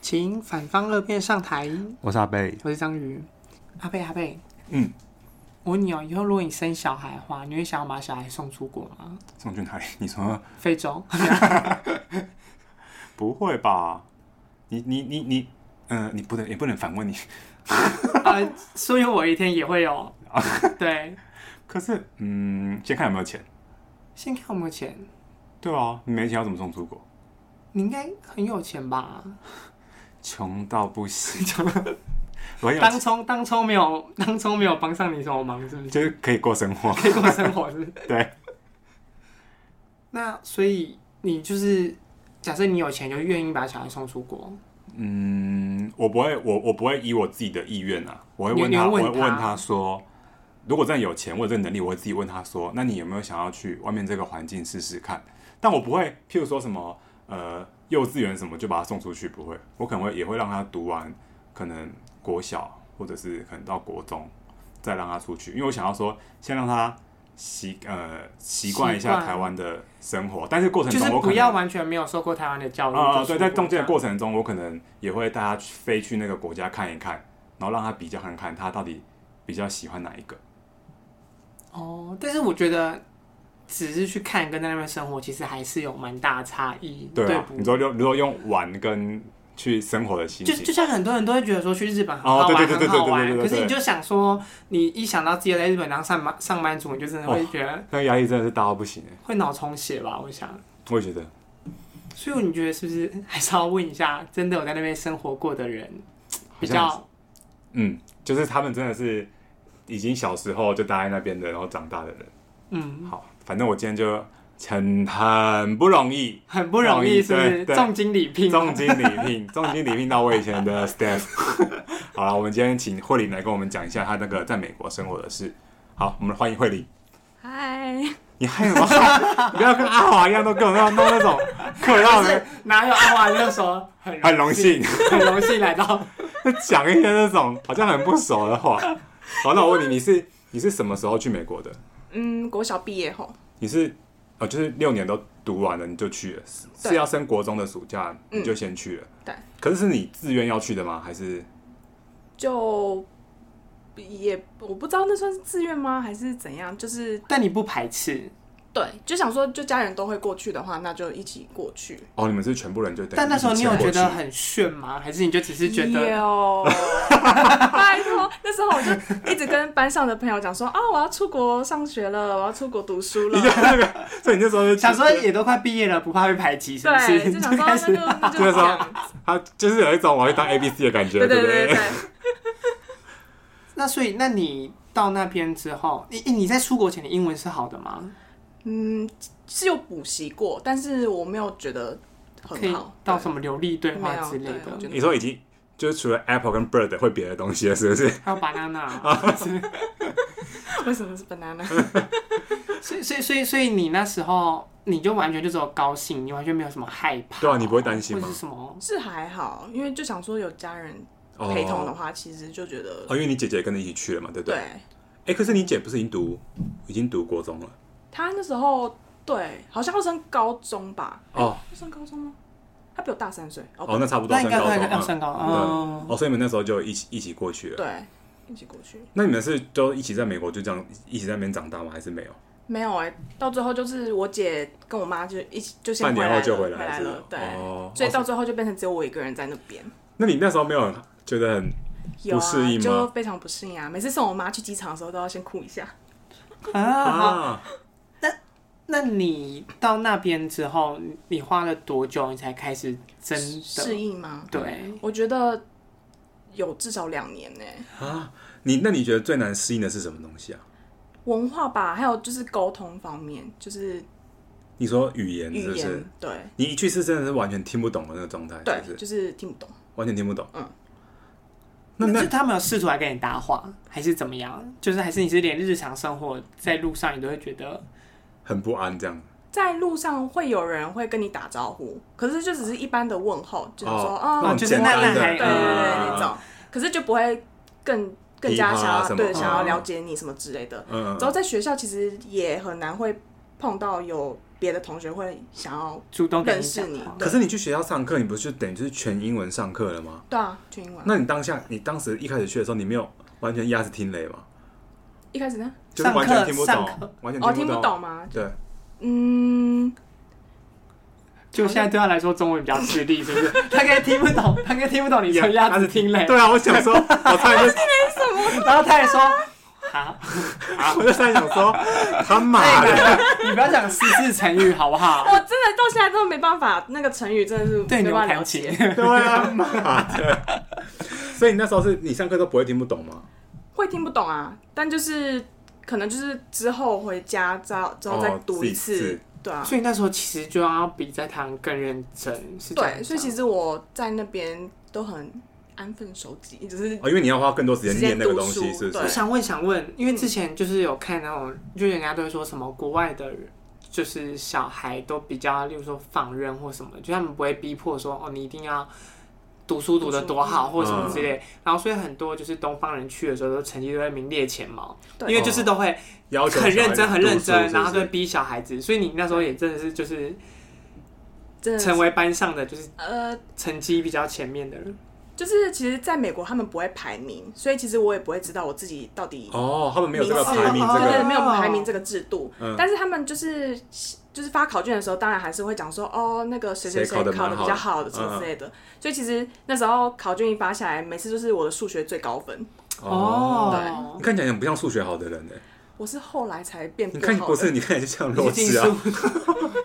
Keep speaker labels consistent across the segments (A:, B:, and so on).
A: 请反方二辩上台。
B: 我是阿贝，
A: 我是章鱼。阿贝阿贝，
B: 嗯，
A: 我问你哦，以后如果你生小孩的话，你会想要把小孩送出国吗？
B: 宋俊台， 你说
A: 非洲？
B: 不会吧？你你你你，嗯，你不能也不能反问你。
A: 呃，说不定我一天也会有。对，
B: 可是，嗯，先看有没有钱。
A: 先看有没有钱。
B: 对啊，你没钱要怎么送出国？
A: 你应该很有钱吧？
B: 穷到不行。 我有
A: 当初当初没有当初没有帮上你什么忙，是不 是？
B: 就是可以过生活。
A: 可以过生活是不是？
B: 对，
A: 那所以你就是假设你有钱，就愿意把小孩送出国。
B: 嗯，我不会，我我不会以我自己的意愿啊，我会
A: 你
B: 问
A: 你
B: 他，
A: 会问
B: 我会
A: 他
B: 问他说，如果真的有钱，我有这个能力，我会自己问他说，那你有没有想要去外面这个环境试试看？但我不会，譬如说什么呃幼稚园什么就把他送出去，不会，我可能会也会让他读完可能国小或者是可能到国中，再让他出去，因为我想要说先让他习呃习惯一
A: 习
B: 下
A: 惯
B: 台湾的生活，但是过程
A: 就
B: 中
A: 是
B: 我可
A: 不
B: 能
A: 要完全没有受过台湾的教育。
B: 啊、
A: 就出
B: 对，在
A: 国
B: 中间
A: 这
B: 的
A: 样
B: 过程中，我可能也会带他去飞去那个国家看一看，然后让他比较看看他到底比较喜欢哪一个。
A: 哦，但是我觉得只是去看跟在那边生活，其实还是有蛮大差异，
B: 对啊，
A: 不
B: 你说用如果用玩跟去生活的心
A: 就
B: 情，
A: 就像很多人都会觉得说去日本很
B: 哦
A: 好玩，
B: 对对
A: 很
B: 对
A: 好
B: 对对对
A: 玩。
B: 对对
A: 可是
B: 对
A: 你就想说，你一想到自己在日本当上班上班族，你就真的会
B: 哦
A: 觉得
B: 那个压力真的是大到不行哎，
A: 会脑充血吧？我想，
B: 我也觉得
A: 所以你觉得是不是还是要问一下，真的有在那边生活过的人，比
B: 好像
A: 较
B: 嗯，就是他们真的是已经小时候就待在那边的，然后长大的人。
A: 嗯
B: 好，反正我今天就很很不容易，
A: 很不容易，是不
B: 对
A: 是？
B: 对
A: 重金礼聘，啊
B: 重金礼聘，重金礼聘到我以前的 staff。好了，我们今天请慧玲来跟我们讲一下她那个在美国生活的事。好，我们欢迎慧玲。
C: 嗨，
B: 你还有吗？你 不要跟阿华一样，都跟我那弄那种客套
A: 不
B: 的
A: 是，哪有阿华就说很
B: 很荣幸，
A: 很荣幸来到
B: 讲一些那种好像很不熟的话。好，那我问你，你是你是什么时候去美国的？
C: 嗯，国小毕业后，
B: 你是哦，就是六年都读完了你就去了，是
C: 对
B: 是要升国中的暑假
A: 嗯
B: 你就先去了。
C: 对，
B: 可是是你自愿要去的吗？还是
C: 就也我不知道那算是自愿吗，还是怎样？就是
A: 但你不排斥，
C: 对，就想说，就家人都会过去的话，那就一起过去。
B: 哦，你们是全部人就等于
A: 但那时候
B: 一
A: 你
B: 起
A: 有
B: 过
A: 觉得
B: 去
A: 很炫吗？还是你就只是觉得
C: 有，拜托，那时候我就一直跟班上的朋友讲说，啊，我要出国上学了，我要出国读书了
B: 你。就那个，所以你那时候就
A: 想说也都快毕业了，不怕被排挤是不
C: 对，
A: 是？
C: 就想说
A: 开
C: 那
A: 始
C: 就那就
B: 就是
C: 这样
B: 说，他就是有一种我要去当 A B C 的感觉，
C: 对
B: 对
C: 对
B: 不
C: 对对，
A: 那所以，那你到那边之后，你你在出国前，你英文是好的吗？
C: 嗯，是有补习过，但是我没有觉得
A: 可
C: 很
A: 以
C: 好。
A: 到什么流利对话之类
C: 没有对我觉
A: 的，
C: 得
B: 你说已经就是除了 Apple 跟 Bird 会别的东西了，是不是？
A: 还有 banana。
C: 为什么是 banana？
A: 所以，所以，所以，所以你那时候你就完全就只有高兴，你完全没有什么害怕。
B: 对啊你不会担心吗
A: 或者是什么？
C: 是还好，因为就想说有家人陪同的话，其实就觉得
B: 哦哦，因为你姐姐跟你一起去了嘛，对不对？
C: 对
B: 哎、可是你姐不是已经读已经读国中了？
C: 他那时候对，好像要升高中吧？
B: 哦
C: 要升高中吗？他比我大三岁哦，
B: 哦，那差不多
A: 那应
B: 升
A: 该
B: 高中
A: 快要
B: 了。
A: 升高。
B: 对
A: 嗯，
B: 哦，所以你们那时候就一起一起过去了。
C: 对，一起过去。
B: 那你们是都一起在美国就这样一起在那边长大吗？还是没有？
C: 没有哎、到最后就是我姐跟我妈就一起就先
B: 半
C: 回
B: 年
C: 来
B: 后
C: 了，
B: 就回
C: 回
B: 来
C: 来
B: 是
C: 了，对，
B: 哦
C: 所以
B: 哦
C: 到最后就变成只有我一个人在那边，
B: 那你那时候没有很觉得很
C: 有啊
B: 适应吗
C: 就非常不适应啊！每次送我妈去机场的时候都要先哭一下，
A: 啊，好。
B: 啊？
A: 那你到那边之后，你你花了多久，你才开始真
C: 适
A: 的？
C: 应吗？
A: 对，
C: 我觉得有至少两年欸呢、
B: 你那你觉得最难适应的是什么东西啊？
C: 文化吧，还有就是沟通方面，就是
B: 你说语言
C: 语
B: 是不
C: 言，
B: 是？
C: 对
B: 你一去是真的是完全听不懂的那个状态，是不
C: 对，
B: 是
C: 就是听不懂。
B: 完全听不懂。
C: 嗯，
B: 那那
A: 就他们有试图来跟你搭话，还是怎么样？就是还是你是连日常生活在路上，你都会觉得
B: 很不安这样。
C: 在路上会有人会跟你打招呼，可是就只是一般的问候，就是说
B: 那
C: 哦，
B: 种
A: 就是
B: 简
A: 那那
B: 单的，
A: 还
C: 对对对对
B: 嗯
C: 那种，可是就不会更更加想
B: 噼啪什么
C: 要对
B: 嗯
C: 想要了解你什么之类的。
B: 嗯，
C: 之后在学校其实也很难会碰到有别的同学会想要
A: 主动跟
C: 认
A: 你
C: 识
A: 讲
C: 你
A: 话。。
B: 可是你去学校上课，你不是等于就是全英文上课了吗？
C: 对啊，全英文。
B: 那你当下，你当时一开始去的时候，你没有完全压制听雷吗？
C: 一开始呢？
B: 就是完全
A: 上课
B: 听不
A: 上
B: 懂
A: 课，
B: 完全
C: 哦，听
B: 不
C: 不懂。吗？
B: 对，
C: 嗯，
A: 就现在对他来说，中文比较吃力，是不是？ 他可以听不懂，他可以听不懂你说鸭子听嘞，
B: 对啊，我想说，我差点就，
A: 然后他也说啊，
B: 我就差点想说，他妈的，
A: 你不要讲四字成语好不好？
C: 我真的到现在都没办法，那个成语真的是
A: 对
C: 没
A: 牛
C: 办法
A: 弹
C: 了
A: 琴
C: 解。，
B: 对啊，妈的。所以你那时候是你上课都不会听不懂吗？
C: 会听不懂啊，但就是可能就是之后回家之后之后再
B: 哦
C: 读
B: 自己
C: 一次，
B: 试
C: 对啊，
A: 所以那时候其实就要比在台湾更认真，是这样
C: 对，所以
A: 讲
C: 其实我在那边都很安分守己，就是
B: 哦，因为你要花更多时间
C: 时
B: 念
C: 间
B: 那个
C: 读
B: 东
C: 书
B: 西，是不
A: 我
C: 对
B: 是？
A: 想问，想问，因为之前就是有看那种，就人家都会说什么国外的，就是小孩都比较，例如说放任或什么，就他们不会逼迫说哦，你一定要读书读得多好或什么之类。然后所以很多就是东方人去的时候，都成绩都会名列前茅，
C: 对
A: 因为就是都会
B: 要求
A: 很认
B: 哦小
A: 真，
B: 孩
A: 很认
B: 读书是不
A: 真，
B: 是
A: 然后都会逼小孩子。所以你那时候也真的是就是
C: 真的是
A: 成为班上的就是
C: 呃，
A: 成绩比较前面的人。
C: 就是其实在美国他们不会排名，所以其实我也不会知道我自己到底
B: 哦，他们没有这个
C: 名次
B: 排名，这
C: 对对，
B: 个
C: 没有排名这个制度
B: 嗯，
C: 但是他们就是就是发考卷的时候，当然还是会讲说，哦，那个谁谁
B: 谁考
C: 谁考
B: 得蛮
C: 的
B: 好嗯
C: 比较好的什么之类的。所以其实那时候考卷一发下来，每次就是我的数学最高分，
A: 哦
B: 你看起来很不像数学好的人哎，
C: 我是后来才变
B: 你
C: 不
B: 看
C: 好
B: 不是，
C: 的。
B: 你看起来就像
A: 你
B: 弱
A: 是进
B: 智
A: 数
B: 啊，，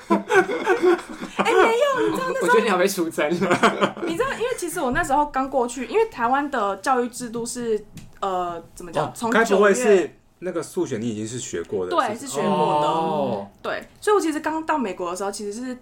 C: 哎，没有，
A: 我觉得你要被出征了。
C: 你知道，因为其实我那时候刚过去，因为台湾的教育制度是呃怎么
B: 哦
C: 讲，从
B: 该不
C: 九
B: 会
C: 月
B: 是那个数学你已经是学过的？
C: 对
B: 不
C: 是学过的
B: 哦
C: 对，所以我其实刚到美国的时候，其实是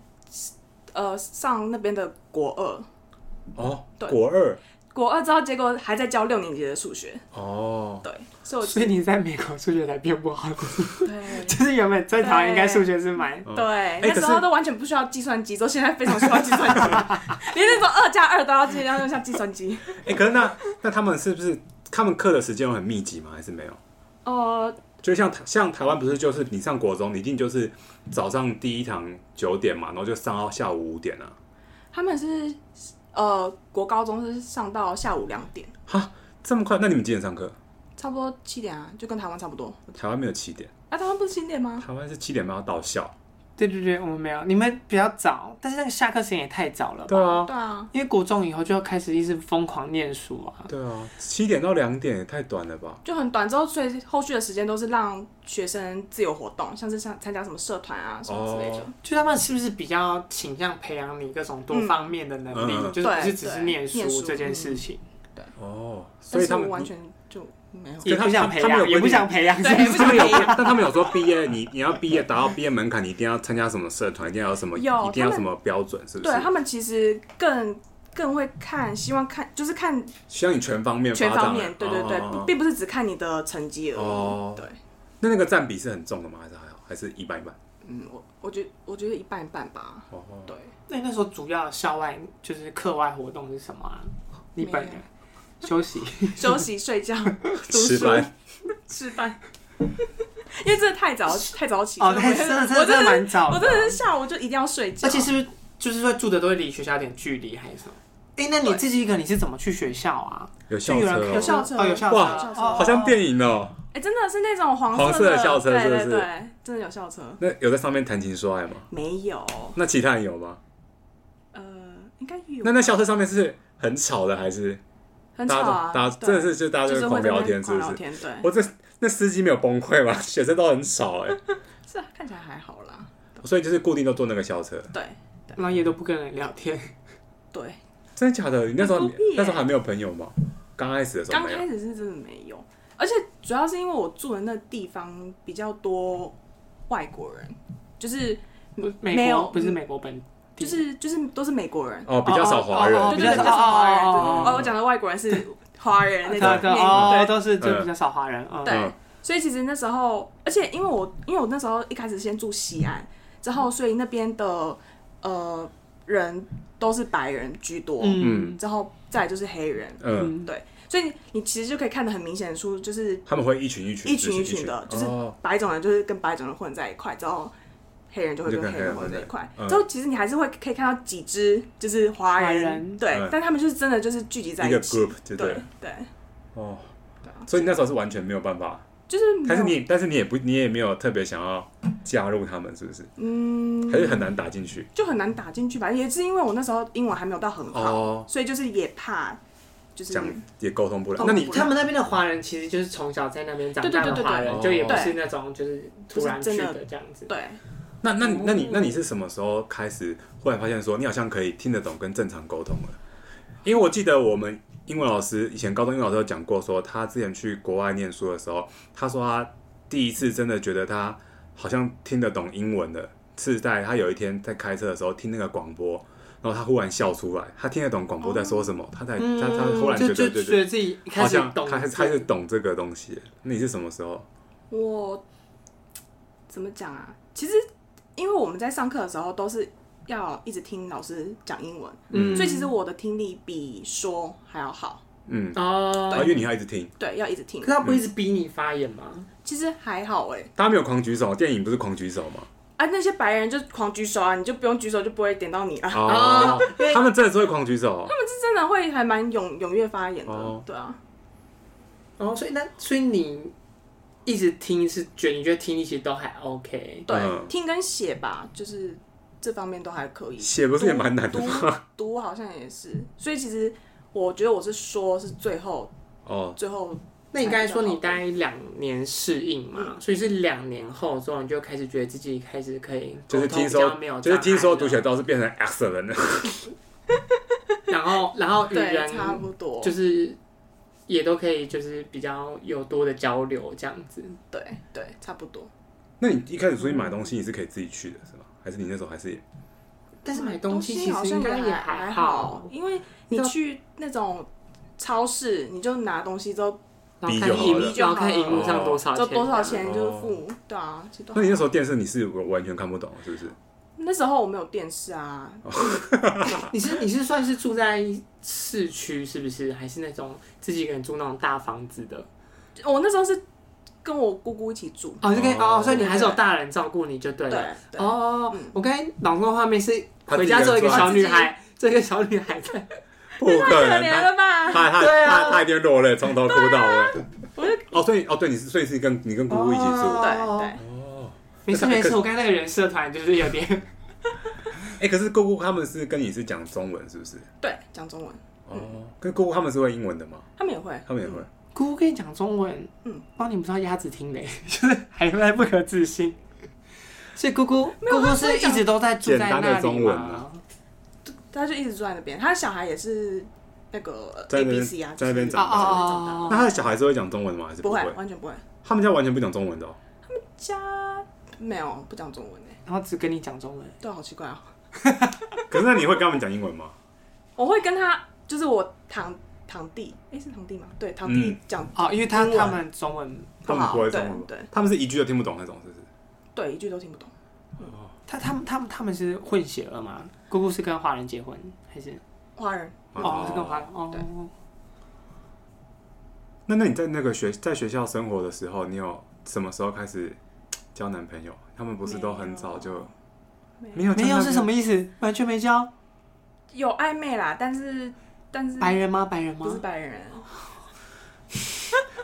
C: 呃上那边的国二，
B: 哦，
C: 对
B: 国二
C: 国二之后结果还在教六年级的数学，
B: 哦，
C: 对，所以我
A: 所以你在美国数学才变不好，
C: 对。
A: 就是原本在台湾应该数学是蛮……
B: 嗯
C: 对，
B: 可
C: 那
B: 是
C: 时候都完全不需要计算机，都现在非常需要计算机， 连那种二加二都要尽量用上计算机。
B: 哎，可是那那他们是不是他们课的时间有很密集吗？还是没有？
C: 呃，
B: 就像台像台湾不是就是你上国中，你一定就是早上第一堂九点嘛，然后就上到下午五点啊。
C: 他们是呃国高中是上到下午两点，
B: 哈，这么快？那你们几点上课？
C: 差不多七点啊，就跟台湾差不多。
B: 台湾没有七点，
C: 啊，台湾不是七点吗？
B: 台湾是七点半要到校。
A: 对对对，我们没有，你们比较早，但是那个下课时间也太早了吧？
B: 啊，
C: 对啊，
A: 因为国中以后就要开始一直疯狂念书啊。
B: 对啊，七点到两点也太短了吧？
C: 就很短，之后所以后续的时间都是让学生自由活动，像是像参加什么社团啊什么之类的
B: 哦。
A: 就他们是不是比较倾向培养你各种多方面的能力，
B: 嗯嗯
A: 就是不是
C: 对
A: 只是
C: 对
A: 念
C: 念
A: 书
C: 书
A: 这件事情，
B: 哦，所
C: 但
B: 以
C: 是
B: 他
C: 我
B: 们
C: 完全就没有。
B: 对
A: 也
B: 嗯他
A: 不想
B: 他
A: 培
B: 他们有
A: 养，也
B: 规
A: 不
B: 定
A: 想培养，是
C: 对
A: 不是
C: 不
B: 他
C: 想
B: 们有
C: 培养，
B: 但他们有说毕业，你你要毕业达到毕业门槛，你一定要参加什么社团，一定要有什么，
C: 有
B: 一定要
C: 他们
B: 什么标准，是不
C: 对
B: 是？
C: 他们其实更更会看，希望看就是看
B: 需要你全方面发
C: 全
B: 展啊，
C: 方面，对对对，
B: 哦
C: 不并不是只看你的成绩而已。
B: 哦
C: 对，
B: 那那个占比是很重的吗？还是还好？还是一般一般？
C: 嗯，我我觉我觉得一半一半吧。
B: 哦，
C: 对，
A: 那你那时候主要校外就是课外活动是什么、啊？你本人
C: 没
A: 休息，
C: 休息、睡觉、读
B: 吃
C: 书、
B: 饭
C: 吃饭，因为真的太早太早起，
A: 哦，
C: 所以我
A: 那真的
C: 我
A: 真的
C: 真的
A: 蛮早的，
C: 我真的是下午就一定要睡觉。
A: 而且是不是就是说住的都会离学校有点距离还是什么？哎、那你
C: 对
A: 自己一个你是怎么去学校啊？
B: 有
A: 就
B: 校
A: 有
B: 车
A: 人
B: 哦，
A: 开
C: 有校车
A: 哦，有校
B: 哇
A: 车，
C: 好
B: 好像电影哦。
C: 哎、真的是那种黄
B: 黄色
C: 色
B: 的校车
C: 对
B: 是不
C: 对
B: 是
C: 对，真的有校车。
B: 那有在上面谈情说爱吗？
C: 没有，
B: 那其他人有吗？
C: 呃，应该有。
B: 那那校车上面是很吵的，还是
C: 很吵啊，
B: 大家都大家真
C: 对
B: 的是就大家
C: 就
B: 都
C: 是
B: 在
C: 会
B: 狂
C: 在那
B: 聊
C: 边
B: 天，是
C: 狂
B: 不
C: 聊
B: 是？
C: 天，对，
B: 我这那司机没有崩溃吗？ 学生都很吵哎，
C: 是啊看起来还好啦。
B: 所以就是固定都坐那个校车。
C: 对
A: 然后也都不跟人聊天，
C: 对，
B: 真的假的？你那时候
C: 很孤僻耶欸
B: 那时候还没有朋友吗？刚开始的时候
C: 刚
B: 没有
C: 开始是真的没有，而且主要是因为我住的那地方比较多外国人，就是
A: 不是
C: 没
A: 美国
C: 有
A: 不是美国本地，
C: 就是就是都是美国人，
B: 哦，比较少华人
A: 哦哦哦
C: 对
A: 比
C: 对
A: 较少
C: 对，都是华
A: 哦
C: 人。对
A: 哦
B: 哦哦
C: 哦，我讲的外国人是华人那
A: 对
C: 种
A: 对
C: 面
A: 哦，
C: 孔，对
A: 都是就比较少华人，嗯，
C: 对
B: 嗯
C: 所以其实那时候，而且因为我因为我那时候一开始先住西安，之后所以那边的呃人都是白人居多，
A: 嗯，
C: 之后再来就是黑人，
B: 嗯，
A: 嗯，
C: 对，所以你你其实就可以看得很明显地出，就是
B: 他们会一群一群
C: 一群一群的，就是
B: 哦
C: 白种人就是跟白种人混在一块，之后黑人就会
B: 就
C: 跟
B: 跟
C: 黑人
B: 黑人
C: 混在
B: 混
C: 一
B: 在
C: 块
B: 嗯，
C: 就其实你还是会可以看到几只就是华
A: 华
C: 人，
A: 人
C: 对
B: 嗯，
C: 但他们就是真的就是聚集在
B: 一个
C: 起，
B: group 就对
C: 对
B: 了
C: 对，
B: 哦
C: 对啊。
B: 所以你那时候是完全没有办法，
C: 就是没有
B: 但是你但是你也不你也没有特别想要加入他们，是不是？
C: 嗯
B: 还是很难打进去。
C: 就很难打进去吧，也是因为我那时候英文还没有到很好，
B: 哦
C: 所以就是也怕就是
B: 这样也沟通不了
C: 嗯沟。
B: 那
C: 通
B: 你
C: 不了
A: 他们那边的华人其实就是从小在那边长
C: 对
A: 大
C: 对
A: 的
C: 对对
A: 华
C: 对
A: 人，
B: 对
A: 就也不
C: 对
A: 是那种就是突然去的这样子。
C: 对
B: 那那
A: 哦
B: 你那你那你是什么时候开始忽然发现说你好像可以听得懂跟正常沟通了？因为我记得我们英文老师以前高中英文老师有讲过说他之前去国外念书的时候，他说他第一次真的觉得他好像听得懂英文的，是在他有一天在开车的时候听那个广播。然后他忽然笑出来，他听得懂广播在说什么，他在他他忽然觉
A: 哦嗯就
B: 得
A: 就
B: 对
A: 就
B: 对
A: 觉
B: 对，
A: 得自己开
B: 好
A: 始
B: 像
A: 懂，
B: 他开始懂这个东西。那你是什么时候？
C: 我怎么讲啊？其实因为我们在上课的时候都是要一直听老师讲英文，
A: 嗯
C: 所以其实我的听力比说还要好。
B: 嗯，
A: 哦
B: 啊，，因为你要一直听，
C: 对，要一直听
A: 可。他不一直逼你发言吗？
C: 其实还好哎、
B: 大家没有狂举手，电影不是狂举手吗？
C: 啊，那些白人就狂举手啊，你就不用举手，就不会点到你啊。
B: 哦
A: 哦因为，
B: 他们真的是会狂举手
C: 他们是真的会还蛮踊踊跃发言的，
B: 哦
C: 对啊，
A: 哦，所以那所以你一直听是觉得你觉得听力其实都还 OK，
C: 对，
B: 嗯
C: 听跟写吧，就是这方面都还可以。
B: 写不是也蛮难的
C: 读
B: 吗？
C: 读好像也是，所以其实我觉得我是说是最后
B: 哦，
C: 最后
A: 那你刚才说你待两年适应嘛，所以是两年后之后你就开始觉得自己开始可以
B: 就是
A: 沟通
B: 听
A: 比较
B: 说
A: 没有，
B: 就是
A: 障
B: 听
A: 碍
B: 说
A: 了啊
B: 读写，都是变成 excellent 的，
A: 然后然后与
C: 对
A: 人
C: 差不多，
A: 就是也都可以就是比较有多的交流这样子。
C: 对对差不多。
B: 那你一开始出去买东西，你是可以自己去的，是吗？还是你那时候还是
A: 但是买
C: 嗯东
A: 东西其
C: 好
A: 实
C: 像
A: 应该
C: 也
A: 还
C: 还好，，因为你
A: 知道
C: 去那种超市，你就拿东西之后
A: 然后
B: 比就
A: 看
B: 好
A: 荧
B: 了
A: 幕，然后看荧幕上多少
C: 就
A: 钱，
C: 多少钱
B: 哦
C: 就是付，对啊，其实都
B: 那你
C: 还
B: 那
C: 好
B: 时候电视你是完全看不懂，是不是？
C: 那时候我没有电视啊，
A: 你是你是算是住在市区是不是？还是那种自己一个人住那种大房子的？
C: 我那时候是跟我姑姑一起住，
A: 哦，就跟
B: 哦
A: 哦，所以你还是有大人照顾你就对
C: 对
A: 了。
C: 对，
A: 哦
C: 嗯，
A: 我刚才脑中的画面是
B: 她自
A: 回
B: 己
A: 家之后一个
B: 在
A: 小
C: 做
A: 女孩，这个小女孩 在
B: 不
A: 啊
B: 可
C: 可
B: 能，
C: 怜
B: 他
C: 了吧？
B: 他他
A: 对啊
B: 他他一定会落泪，从头哭到尾。
C: 我就对
B: 哦，所以哦，对，你是所以是跟你跟姑姑一起住
A: 哦
C: 对，
B: 哦。
A: 没事
B: 可是
A: 没
B: 可
A: 事，
B: 是
A: 我刚才那个人社团就是有 点
B: 哎，可是姑姑他们是跟你是讲中文，是不是？
C: 对讲中文，
A: 嗯
B: 哦，跟姑姑他们是会英文的吗？
C: 他们也会，
B: 他们也会。
A: 姑姑跟你讲中文，
C: 嗯
A: 嗯，帮你们知道鸭子听嘞， 就是还在不可置信。所以姑姑
C: 有
A: 姑姑是一直都在住在
B: 简
A: 那
B: 单的
A: 里
B: 中文
A: 吗
B: 啊？
C: 他就一直住在那边，他的小孩也是那个
B: 在
C: A
B: 那边
C: B C 啊，
B: 在那边
C: 就是
B: 长大
C: 在那边
A: 哦
C: 长大
A: 哦哦哦
B: 那他的小孩是会讲中文吗？还是
C: 不
B: 会
C: 会？，完全不会。
B: 他们家完全不讲中文的哦。
C: 家没有不讲中文诶，
A: 然后只跟你讲中文，
C: 对啊，好奇怪哦。
B: 可是那你会跟他们讲英文吗？
C: 我会跟他，就是我堂堂弟，诶，是堂弟吗？对，堂弟讲
A: 哦，因为他
C: 中文
A: 他们中文，
B: 嗯他
C: 不
B: 们
C: 好
B: 不会中文吗
C: 对对
B: 他们是一句都听不懂那种，是不是？
C: 对一句都听不懂。
A: 他他们他们他们是混血儿吗？姑姑是跟华人结婚还是？
C: 华人
A: 哦，是跟华人哦
C: 对。
B: 那那你在那个学在学校生活的时候，你有什么时候开始交男朋友？他们不是都很早就
A: 没
B: 有
C: 没
A: 有
B: 交男朋友
A: 是什？么意思？完全没交
C: 有暧昧啦，但是但是
A: 白人吗？白人吗
C: 不？是白人，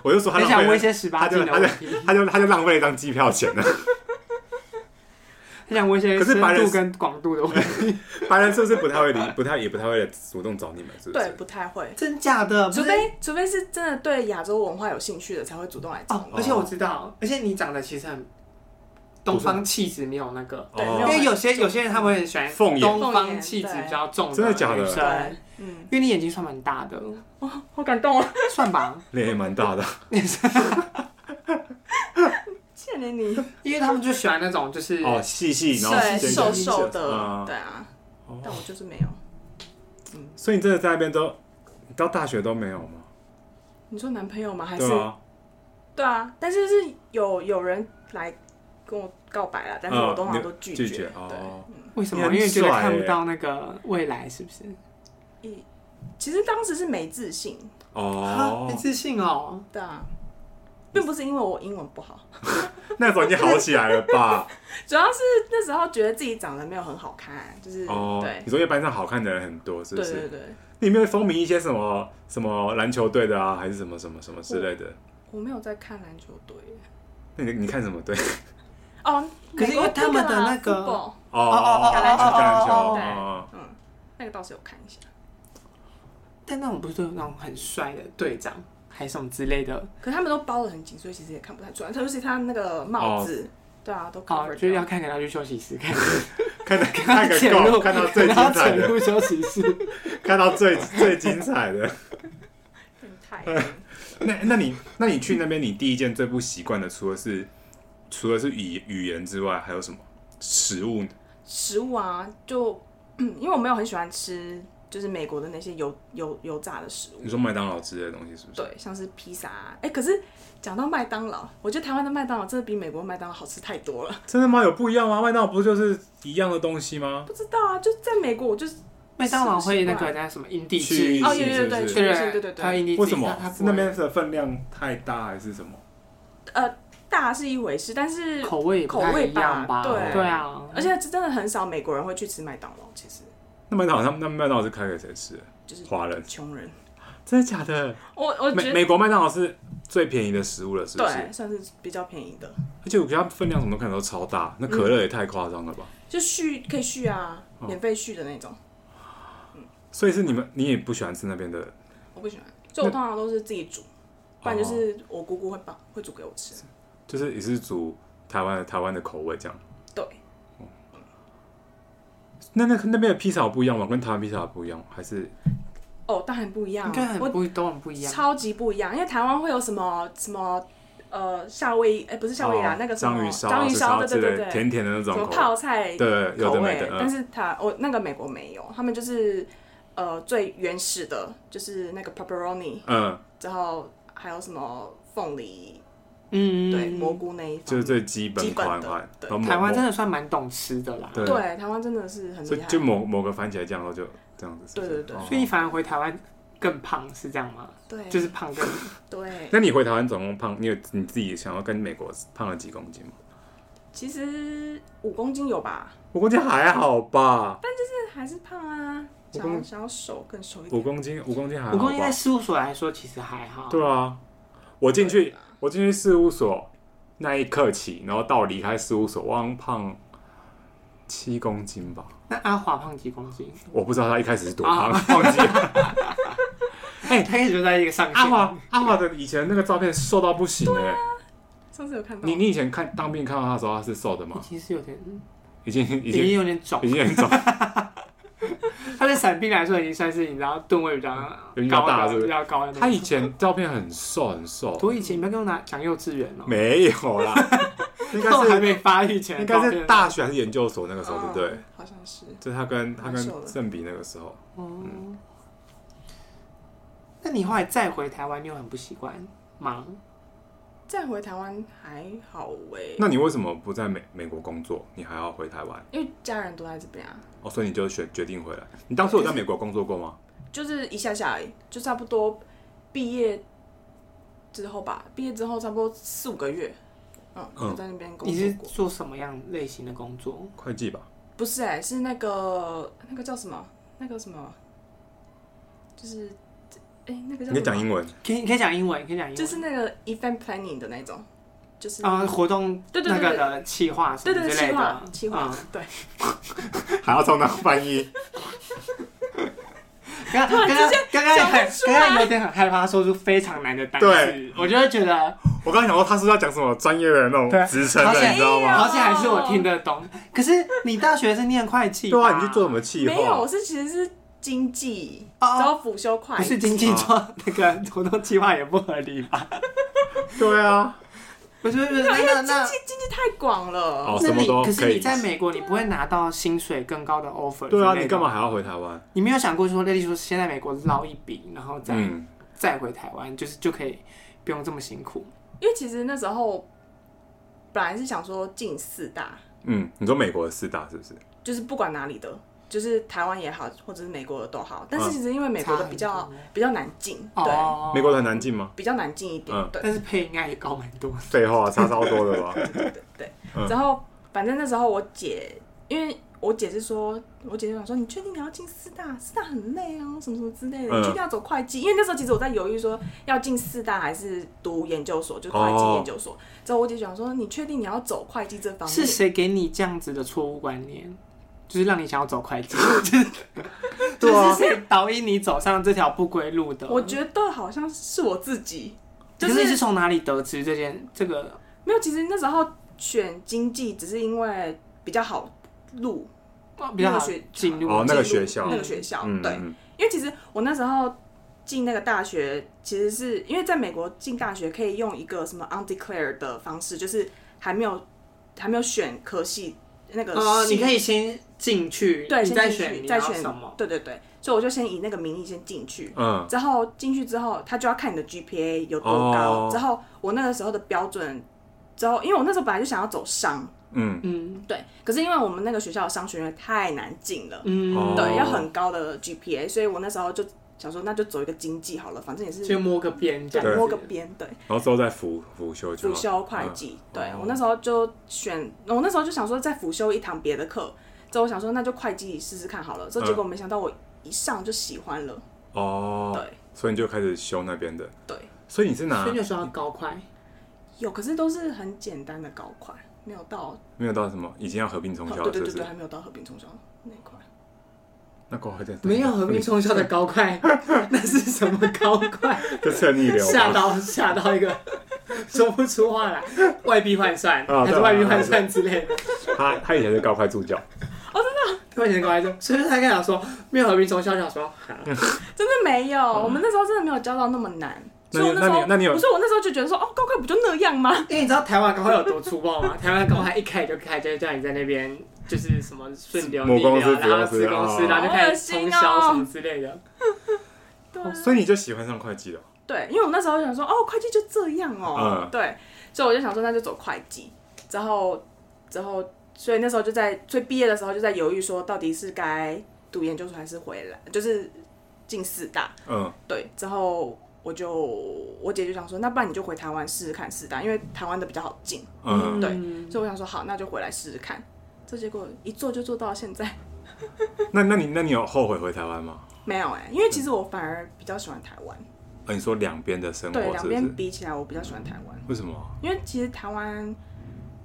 B: 我就说他
A: 很
B: 浪
A: 想问一
B: 费
A: 些
B: 了，
A: 十八
B: 他
A: 禁
B: 就
A: 的
B: 他
A: 问
B: 就
A: 题，
B: 他就他就浪费了一张机票钱了。啊
A: 很想问一些
B: 可是
A: 深
B: 白人
A: 度
B: 是
A: 跟广度的问题。
B: 白人是不是不太会理，不太也不太会主动找你们？是不
C: 对，
B: 是？
C: 不太会。
A: 真假的？
C: 除
A: 哦不是
C: 非除非是真的对亚洲文化有兴趣的，才会主动来找
A: 哦，
C: 我。
A: 而且我知道，而且你长得其实很东方气质，没有那个，
C: 对
B: 哦
C: 没
A: 因
C: 有
A: 为有些有些人他们会很喜欢
B: 凤眼
A: 东方气质比较重
B: 真的假的
A: 女
B: 对
A: 生
C: 对，，嗯，
A: 因为你眼睛算蛮大的，
C: 好感动哦，
A: 算吧，
B: 脸也蛮大的，
C: 谢谢你。
A: 因为他们就喜欢那种就是
B: 哦，细细，然后
C: 对，
B: 尖尖
C: 瘦瘦的，
B: 嗯
C: 对啊
B: 哦，
C: 但我就是没有。
B: 所以你真的在那边都你到大学都没有吗？
C: 你说男朋友吗？还是
B: 对啊，
C: 对啊？但是是有有人来跟我告白了，但是
B: 嗯
C: 我通常
B: 你
C: 都拒
B: 拒
C: 绝
B: 绝。哦
C: 对，嗯
A: 为什么？
B: 你
A: 因
B: 很
A: 为觉得
B: 帅耶
A: 看不到那个未来，是不是？
C: 嗯，一其实当时是没自信，
A: 啊，
B: 哦
A: 没，自信哦。
C: 对啊，并不是因为我英文不好，
B: 那时候已经好起来了吧？
C: 主要是那时候觉得自己长得没有很好看，就是、
B: 哦
C: 对，
B: 你说因为班上好看的人很多，是不
C: 对
B: 是？
C: 对对，
B: 你们风靡一些什么什么篮球队的啊，还是什么什么什么之类的？
C: 我没有在看篮球队
B: 那你你看什么队？
C: 哦，
A: 可是因为他们的那个
C: 美国啦 football，
B: 哦哦
A: 哦
B: 打篮球，打篮
A: 哦
B: 球
A: 哦哦
B: 哦
C: 对
B: 哦，
C: 嗯，那个倒是有看一下，
A: 但那种不是都有那种很帅的队长，还是什么之类的，
C: 可是他们都包的很紧，所以其实也看不太出来，特别是他那个帽子，对啊，都 cover
A: 哦，就是
C: 掉
A: 要看给他去休息 室看，
B: 哦看到看
A: 潜
B: 个
A: 入，
B: 够，看到最精
A: 他
B: 彩
A: 潜
B: 的，
A: 入休息 室。
B: 看到最最精彩的。
C: 变 态。
B: 那那你那你去那边，你第一件最不习惯的，除了是除了是语语言之外，还有什么食物？
C: 食物啊，就 因为我没有很喜欢吃，就是美国的那些油油油炸的食物，
B: 你说麦当劳之类的东西是不是？
C: 对，像是披萨、啊。哎、可是讲到麦当劳，我觉得台湾的麦当劳真的比美国麦当劳好吃太多了。
B: 真的吗？有不一样吗？麦当劳不就是一样的东西吗？
C: 不知道啊，就在美国，我就是
A: 麦当劳会那个叫什么因地制宜，
B: 去
C: 哦，有有有
B: 是
C: 对
B: 是
A: 对
C: 对对对
A: 它
C: 对，
A: 因地制宜
B: 为什么
A: 它它？
B: 是
A: 不会
B: 那边的分量太大还是什么？
C: 呃，大是一回事，但是
A: 口味也不太一样吧？
C: 口味吧
B: 对
A: 对啊，
C: 而且真的很少美国人会去吃麦当劳，其实
B: 那麦当劳他们那麦当劳是开给谁吃的？
C: 就是
B: 华人？
C: 穷人。
B: 真的假的？
C: 我我
B: 美
C: 觉得
B: 美国麦当劳是最便宜的食物了，是不是？
C: 对，算是比较便宜的，
B: 而且我觉得它分量什么都看都超大，那可乐也太夸张了吧？
C: 就续可以续啊，
B: 哦
C: 免费续的那种。
B: 所以是你们你也不喜欢吃那边的
C: 我不喜欢，所以我通常都是自己煮，不
B: 哦
C: 然就是我姑姑会帮会煮给我吃。
B: 就是也是煮台湾的台湾的口味这样。
C: 对，
B: 那那那边的披萨有不一样吗？跟台湾披萨不一样，还是
C: 哦，当然不一样
A: 应该
C: 啊，
A: 很
C: 我
A: 不都很不一样。
C: 超级不一样，因为台湾会有什么什么呃夏威夷，哎、不是夏威夷啦，
B: 哦
C: 那个什么
B: 章鱼烧、啊
C: 章鱼烧，对
B: 之
C: 对
B: 类
C: 对
B: 的
C: 对，
B: 甜甜的那
C: 什
B: 种
C: 么
B: 口
C: 泡菜
B: 味，对，有
C: 口
B: 的
C: 味，
B: 没的，
C: 但
B: 嗯，
C: 是它我那个美国没有，他们就是呃最原始的，就是那个 pepperoni，
B: 嗯，
C: 之后还有什么凤梨，
A: 嗯，
C: 对，蘑菇那一方面
B: 就是最基本
C: 基本
B: 款
C: 的
B: 款。
C: 对
B: 然后
A: 台湾
B: 抹
A: 真的算蛮懂吃的啦。
B: 对
C: 对，台湾真的是很
B: 所
C: 厉
B: 以
C: 害，
B: 就某某个番茄酱，然后就这样子。是不是
C: 对对对
B: 哦
A: 所以反而回台湾更胖是这样吗？
C: 对，
A: 就是胖更
C: 对，
B: 那你回台湾总共胖，你有你自己想要跟美国胖了几公斤吗？
C: 其实五公斤有吧，
B: 五公斤还好吧，
C: 但还是胖啊，
B: 五
C: 想
B: 公
C: 要想要瘦更瘦一
B: 五
C: 点。
B: 公斤五公斤还好
A: 五公斤
B: 吧
A: 在？事务所来说其实还好。
B: 对啊，我进去我进去事务所那一刻起，然后到离开事务所，我好像胖七公斤吧，
A: 那阿华胖几公 斤？
B: 我不知道他一开始是多
A: 啊
B: 胖，忘记了。
A: 哎，他一直在一个上限。
B: 阿华阿华的以前那个照片瘦到不行哎、
C: 上次有看到
B: 你你以前看当兵看到他的时候他是瘦的吗？
A: 其实有点，
B: 已经已
A: 已
B: 经
A: 经有点肿
B: 已。经很肿，
A: 他在伞兵来说已经算是你知道吨位比较
B: 比较
A: 高
B: 大
A: 的
B: 是不是
A: 比较高的那种。
B: 他以前照片很瘦很瘦，
A: 我以前没跟我拿讲幼稚园哦，
B: 没有啦，应
A: 那我 还
B: 该是
A: 没发育前
B: 应
A: 的照
B: 该
A: 片，
B: 是大学还是研究所那个时候，对不对
C: 嗯？好像是。
B: 就是他跟他
C: 蛮瘦
B: 跟
C: 的
B: 正比那个时候，
A: 哦。那你后来再回台湾，你有很不习惯吗？
C: 再回台湾还好欸喂、
B: 那你为什么不在美美国工作？你还要回台湾？
C: 因为家人都在这边啊，
B: 哦，所以你就决决定回来。你当初有在美国工作过吗？
C: 就是一下下而已，就差不多毕业之后吧，毕业之后差不多四五个月，嗯，
B: 嗯
C: 我在那边工
A: 你是
C: 作过。
A: 做什么样类型的工作？
B: 会计吧，
C: 不是哎、是那个那个叫什么？那个什么？就是哎、那个叫
B: 你可
C: 什么
B: 以讲英文。
A: 可以可以讲英文，可以讲英文，
C: 就是那个 event planning 的那种，就是
A: 啊、活动
C: 对对
A: 那
C: 对
A: 个的企划什
C: 对
A: 么
C: 对
A: 之
C: 对，
A: 类
C: 企
A: 的
C: 划，企划
A: 嗯，
C: 对，
B: 还要充当翻译，
A: 刚刚刚刚刚刚也
C: 想不
A: 很
C: 出
A: 刚
C: 来
A: 刚有点很害怕说出非常难的单词
B: 对，
A: 我就会觉得
B: 我刚才想说他是不是要讲什么专业的那种
A: 对
B: 职称
A: 好
B: 的，
A: 险
B: 你知道吗？
A: 好险还是我听得懂。可是你大学是念会计吧，
B: 对啊，你去做什么企
C: 没有，
B: 划
C: 我？是其实是经济，
A: 哦
C: 然后辅修会
A: 不是
C: 计，
A: 经济做那个活动计划也不合理吧？
B: 对啊，
A: 不是不是，
C: 没啊有因为
A: 那
C: 经
A: 那
C: 济经济太广了
B: 哦，
A: 那
B: 什么
A: 你
B: 都
A: 可
B: 可
A: 是
B: 以
A: 你在美国你不会拿到薪水更高的 offer，
B: 对啊，
A: 之类的
B: 你干嘛？还要回台湾？
A: 你没有想过说，例如说先在美国捞一笔，然后再
B: 嗯，
A: 再回台湾，就是就可以不用这么辛苦。
C: 因为其实那时候本来是想说进四大，
B: 嗯，你说美国的四大是不是？
C: 就是不管哪里的，就是台湾也好，或者是美国的都好，但是
B: 嗯
C: 其实因为美国
A: 差
C: 的
A: 很
C: 比较
A: 多
C: 比较难进，对，
A: 哦，
B: 美国的很难进吗？
C: 比较难进一点
B: 嗯，
C: 对。
A: 但是配应该也高蛮多的。
B: 废话，差超多的吧？嗯
C: 然后反正那时候我姐，因为我姐是说，我姐就想说，你确定你要进师大？师大很累哦，什么什么之类的，
B: 嗯
C: 你确定要走会计？因为那时候其实我在犹豫说要进师大还是读研究所，就会
B: 哦
C: 计研究所。之后我姐就想说，你确定你要走会计这方
A: 是
C: 面？
A: 谁给你这样子的错误观念？就是让你想要走会 计，
B: 对
A: 就
B: 啊
A: 是谁导引你走上这条不归路的？
C: 我觉得好像是我自己，就
A: 可是你是从哪里得知这件这个？
C: 没有。其实那时候选经济只是因为比较好录，
A: 哦比较好
C: 入学
A: 进入
B: 哦那个
C: 进入
B: 学校
C: 那个学校，
B: 嗯，
C: 对。
B: 嗯
C: 因为其实我那时候进那个大学，其实是因为在美国进大学可以用一个什么 undeclared 的方式，就是还没有还没有选科系那个
A: 哦，
C: 系
A: 你可以先进去，
C: 对
A: 你再
C: 先进
A: 选
C: 去
A: 你
C: 再
A: 要
C: 选
A: 什么？
C: 对对对，所以我就先以那个名义先进去。
B: 嗯，
C: 之后进去之后，他就要看你的 GPA 有多高。
B: 哦
C: 之后我那个时候的标准，之后因为我那时候本来就想要走商，
B: 嗯，
A: 嗯
C: 对，可是因为我们那个学校的商学院太难进了，
A: 嗯，
B: 哦
C: 对，要很高的 GPA，所以我那时候就想说，那就走一个经济好了，反正也是
A: 就摸个边这样
C: 对，
A: 子，
C: 摸个边，对，
B: 然后之后再辅辅修就
C: 辅
B: 好，
C: 修会计，对
B: 哦
C: 我那时候就选，我那时候就想说再辅修一堂别的课，之后我想说那就会计试试看好了，之后结果没想到我一上就喜欢了，
B: 哦，
C: 对
B: 所以你就开始修那边的，
C: 对，
B: 所以你是拿
A: 所以那时候要高快，
C: 有可是都是很简单的高快，没有到，
B: 没有到什么已经要合并冲
C: 对
B: 销，
C: 对
B: 哦了，是
C: 哦对
B: 不
C: 对，
B: 是？
C: 还没有到合并冲销那一块，
B: 那够快点，
A: 没有合并冲销的高 快，那是什么高快？
B: 就趁逆流吧
A: 吓到吓到一个 说不出话来，外币换算
B: 啊
A: 还是
B: 对啊
A: 外币换算之类的。
B: 他他以前是高快助教，
A: 突然间过来就，所以他跟我讲说没有合并冲销，想说哈
B: 嗯
C: 真的没有，我们那时候真的没有教到那么难。
B: 那
C: 所以
B: 你
C: 我时
B: 那
C: 候
B: 你，那你有
C: 不是我那时候就觉得说，哦，高快不就那样吗？
A: 因为你知道台湾高会有多粗暴吗？ 台湾高会一开就开，就叫你在那边就是什么顺 流逆
B: 母公司
A: 流啊，然后
B: 子
A: 子
B: 公
A: 公
B: 司
A: 司，
B: 哦
A: 然后就开始冲
C: 好恶
A: 销
C: 心哦
A: 什么之类的。
C: 对啊
B: 哦所以你就喜欢上会计了，
C: 对，因为我那时候想说，哦，会计就这样哦，
B: 嗯
C: 对，所以我就想说，那就走会计。之后，之后，所以那时候就在，所以毕业的时候就在犹豫说，到底是该读研究所还是回来，就是进四大。
B: 嗯，
C: 对，之后我就我姐就想说，那不然你就回台湾试试看四大，因为台湾的比较好进。
B: 嗯，
C: 对
A: 嗯
C: 所以我想说，好，那就回来试试看。这结果一做就做到现在，
B: 那那你那你有后悔回台湾吗？
C: 没有哎、因为其实我反而比较喜欢台湾，
B: 呃，你说两边的生活
C: 对，
B: 哦是
C: 两
B: 不
C: 边
B: 是？
C: 比起来，我比较喜欢台湾。
B: 为什么？
C: 因为其实台湾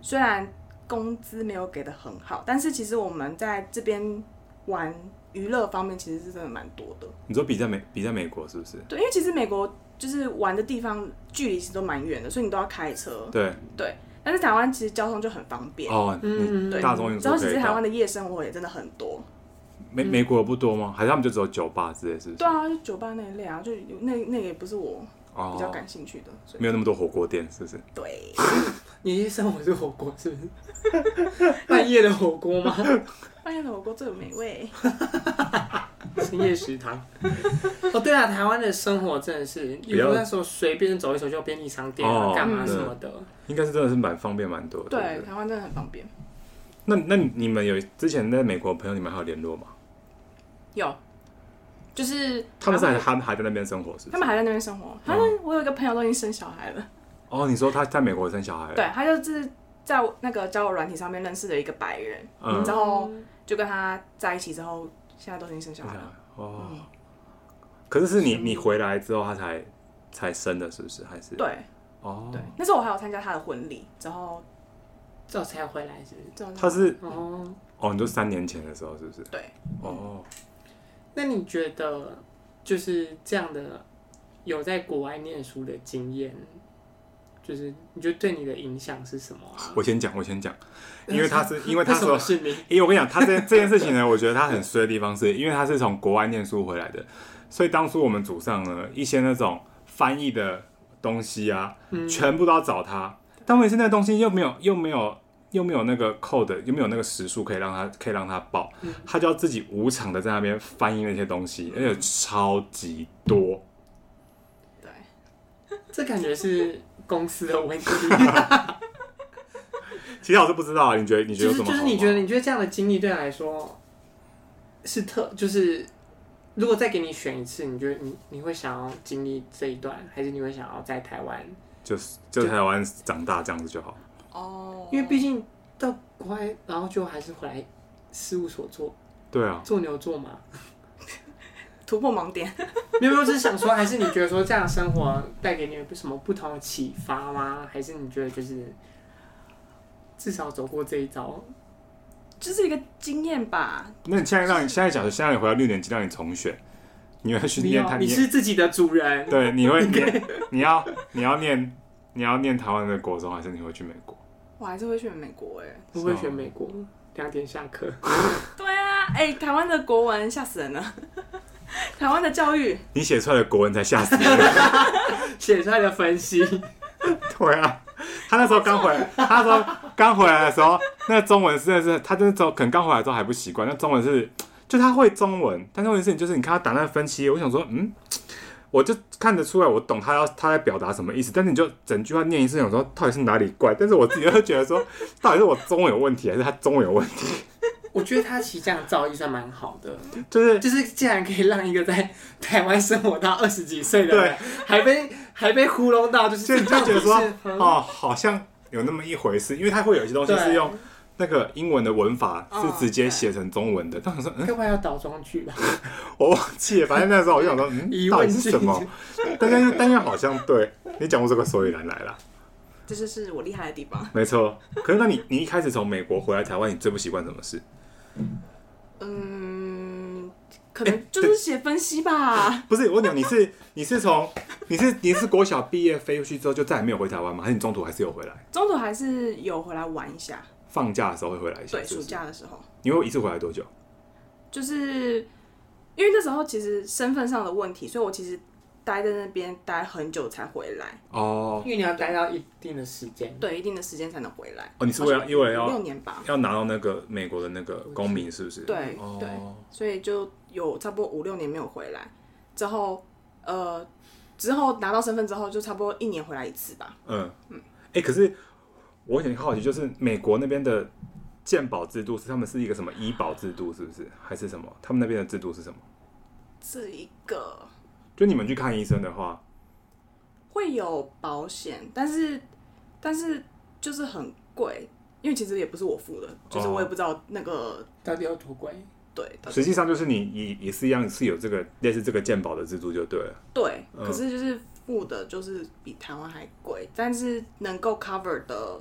C: 虽然工资没有给的很好，但是其实我们在这边玩娱乐方面其实是真的蛮多的。
B: 你说比在美比在美国是不是？
C: 对，因为其实美国就是玩的地方距离其实都蛮远的，所以你都要开车。
B: 对，
C: 对，但是台湾其实交通就很方便。
B: 哦，你
C: 嗯对，
B: 大众运输
C: 然后其
B: 可
C: 实
B: 以
C: 台
B: 到
C: 湾。的夜生活也真的很多。
B: 美美国不多吗？还是他们就只有酒吧之类，是不是
C: 对？啊，就酒吧那一类啊，就有那那个也不是我
B: 哦
C: 比较感兴趣的，所以
B: 没有那么多火锅店，是不是？
C: 对。
A: 你生活是火锅是不是？ 半夜的火锅吗？
C: 半夜的火锅最美味。
A: 深夜食堂。哦，对啊，台湾的生活真的是，
B: 比
A: 有
B: 较
A: 时候那时候随便走一走就有便利商店啊
B: 哦，
A: 干嘛
C: 嗯
A: 什么的。
B: 应该是真的是蛮方便蛮多的。
C: 对，
B: 不
C: 台湾真的很方便。
B: 那那你们有之前在美国的朋友，你们还有联络吗？
C: 有，就是
B: 他们是还
C: 台湾
B: 他们还在那边生活，是不
C: 他
B: 是？
C: 们还在那边生活。他
B: 嗯
C: 们、我有一个朋友都已经生小孩了，
B: 哦，你说他在美国生小孩啊了？
C: 对他就是在那个交友软体上面认识的一个白人，
B: 嗯
C: 之后就跟他在一起之后，现在都已经生小孩了。嗯
B: 哦，可是是你你回来之后他才才生的，是不是？还是
C: 对
B: 哦，
C: 对，那时候我还有参加他的婚礼，之后
A: 这才回来是不是？
C: 之后
B: 他是
A: 哦，
B: 哦，你就三年前的时候是不是？
C: 对嗯
B: 哦，
A: 那你觉得就是这样的有在国外念书的经验，就是你觉得对你的影响是什么啊？
B: 我先讲，我先讲，因为 他是因为他
A: 为什
B: 说
A: 么是你？
B: 因为我跟你讲，他这这件事情呢，我觉得他很衰的地方是，因为他是从国外念书回来的，所以当初我们组上呢一些那种翻译的东西啊，
A: 嗯
B: 全部都要找他。但问题是那东西又没有又没有又没有那个 code，又没有那个时数可以让他可以让他报，
A: 嗯
B: 他就要自己无偿的在那边翻译那些东西，而且超级多。
C: 对，
A: 这感觉是公司的问题，
B: 其实我是不知道啊，你觉得你觉得
A: 就是
B: 有什么
A: 就
B: 好
A: 是
B: 吗？
A: 你觉得你觉得这样的经历对你来说是特就是，如果再给你选一次，你觉得你你会想要经历这一段，还是你会想要在台湾？
B: 就是就台湾长大这样子就好。
C: 哦，
A: 因为毕竟到国外，然后就还是回来事务所做
B: 对啊，
A: 做牛做马。
C: 突破盲点，
A: 没有，我只是想说，还是你觉得说这样的生活带给你有什么不同的启发吗？还是你觉得就是至少走过这一遭？
C: 就是一个经验吧。
B: 那你现在让你现在假设现在你回到六年级，让你重选，你会去
A: 你
B: 念
A: 有
B: 台，
A: 你是自己的主人，
B: 对，你会念，你要你要念你要念台湾的国中，还是你会去美国？
C: 我还是会选美国哎、
A: 会不会选美国？两点下课，
C: 对啊，哎、台湾的国文吓死人了， 台湾的教育
B: 你写出来的国文才吓死人。
A: 写出来的分析，
B: 对啊，他那时候刚回，他那时候刚回来的时候，那中文真的是他那时候可能刚回来之后还不习惯，那中文是就他会中文，但是问题是就是你看他打那分析，我想说嗯。我就看得出来，我懂他要他在表达什么意思，但是你就整句话念一次，想说到底是哪里怪，但是我自己又觉得说， 到底是我中文有问题，还是他中文有问题？
A: 我觉得他其实这样造诣算蛮好的，
B: 就是
A: 就是竟然可以让一个在台湾生活到二十几岁的人，还被还被糊弄到，就是
B: 所以你就觉得说
A: 到底是，
B: 哦，好像有那么一回事，因为它会有一些东西
A: 对哦
B: 是用那个英文的文法
C: 嗯
B: 是直接写成中文的，但我说，嗯，
A: 要不然要倒装句吧？
B: 我忘记了，反正那时候我就想 说，嗯，
A: 疑
B: 到
A: 问
B: 底是什么
A: 句？
B: 但但但又好像对你讲过这个所以然来了，
C: 这就是我厉害的地方。
B: 没错。可是那你你一开始从美国回来台湾，你最不习惯什么事？
C: 嗯，可
B: 哎
C: 能就是写分析吧。
B: 不是我讲你是你是从你是你是国小毕业飞出去之后就再也没有回台湾吗？还是你中途还是有回来？
C: 中途还是有回来玩一下，
B: 放假的时候会回来一下，
C: 对，
B: 是不
C: 暑
B: 是？
C: 假的时候，
B: 你会一次回来多久？
C: 就是因为那时候其实身份上的问题，所以我其实待在那边待很久才回来，
B: 哦
A: 因为你要待到一定的时间，
C: 对，一定的时间才能回来。
B: 哦，你是为了因为嗯要
C: 六年吧，
B: 要拿到那个美国的那个公民，是不是？
C: 对
B: 哦、
C: 对所以就有差不多五六年没有回来。之后，呃，之后拿到身份之后，就差不多一年回来一次吧。
B: 嗯嗯。哎、可是我很好奇，就是美国那边的鉴宝制度是他们是一个什么医保制度，是不是？还是什么？他们那边的制度是什么？
C: 这一个
B: 就你们去看医生的话，
C: 会有保险，但是但是就是很贵，因为其实也不是我付的，就是
B: 哦
C: 我也不知道那个、
A: 到底有多贵？
C: 对到底
B: 实际上就是你也也是一样是有这个类似这个鉴宝的制度就对了。
C: 对，
B: 嗯
C: 可是就是付的就是比台湾还贵，但是能够 cover 的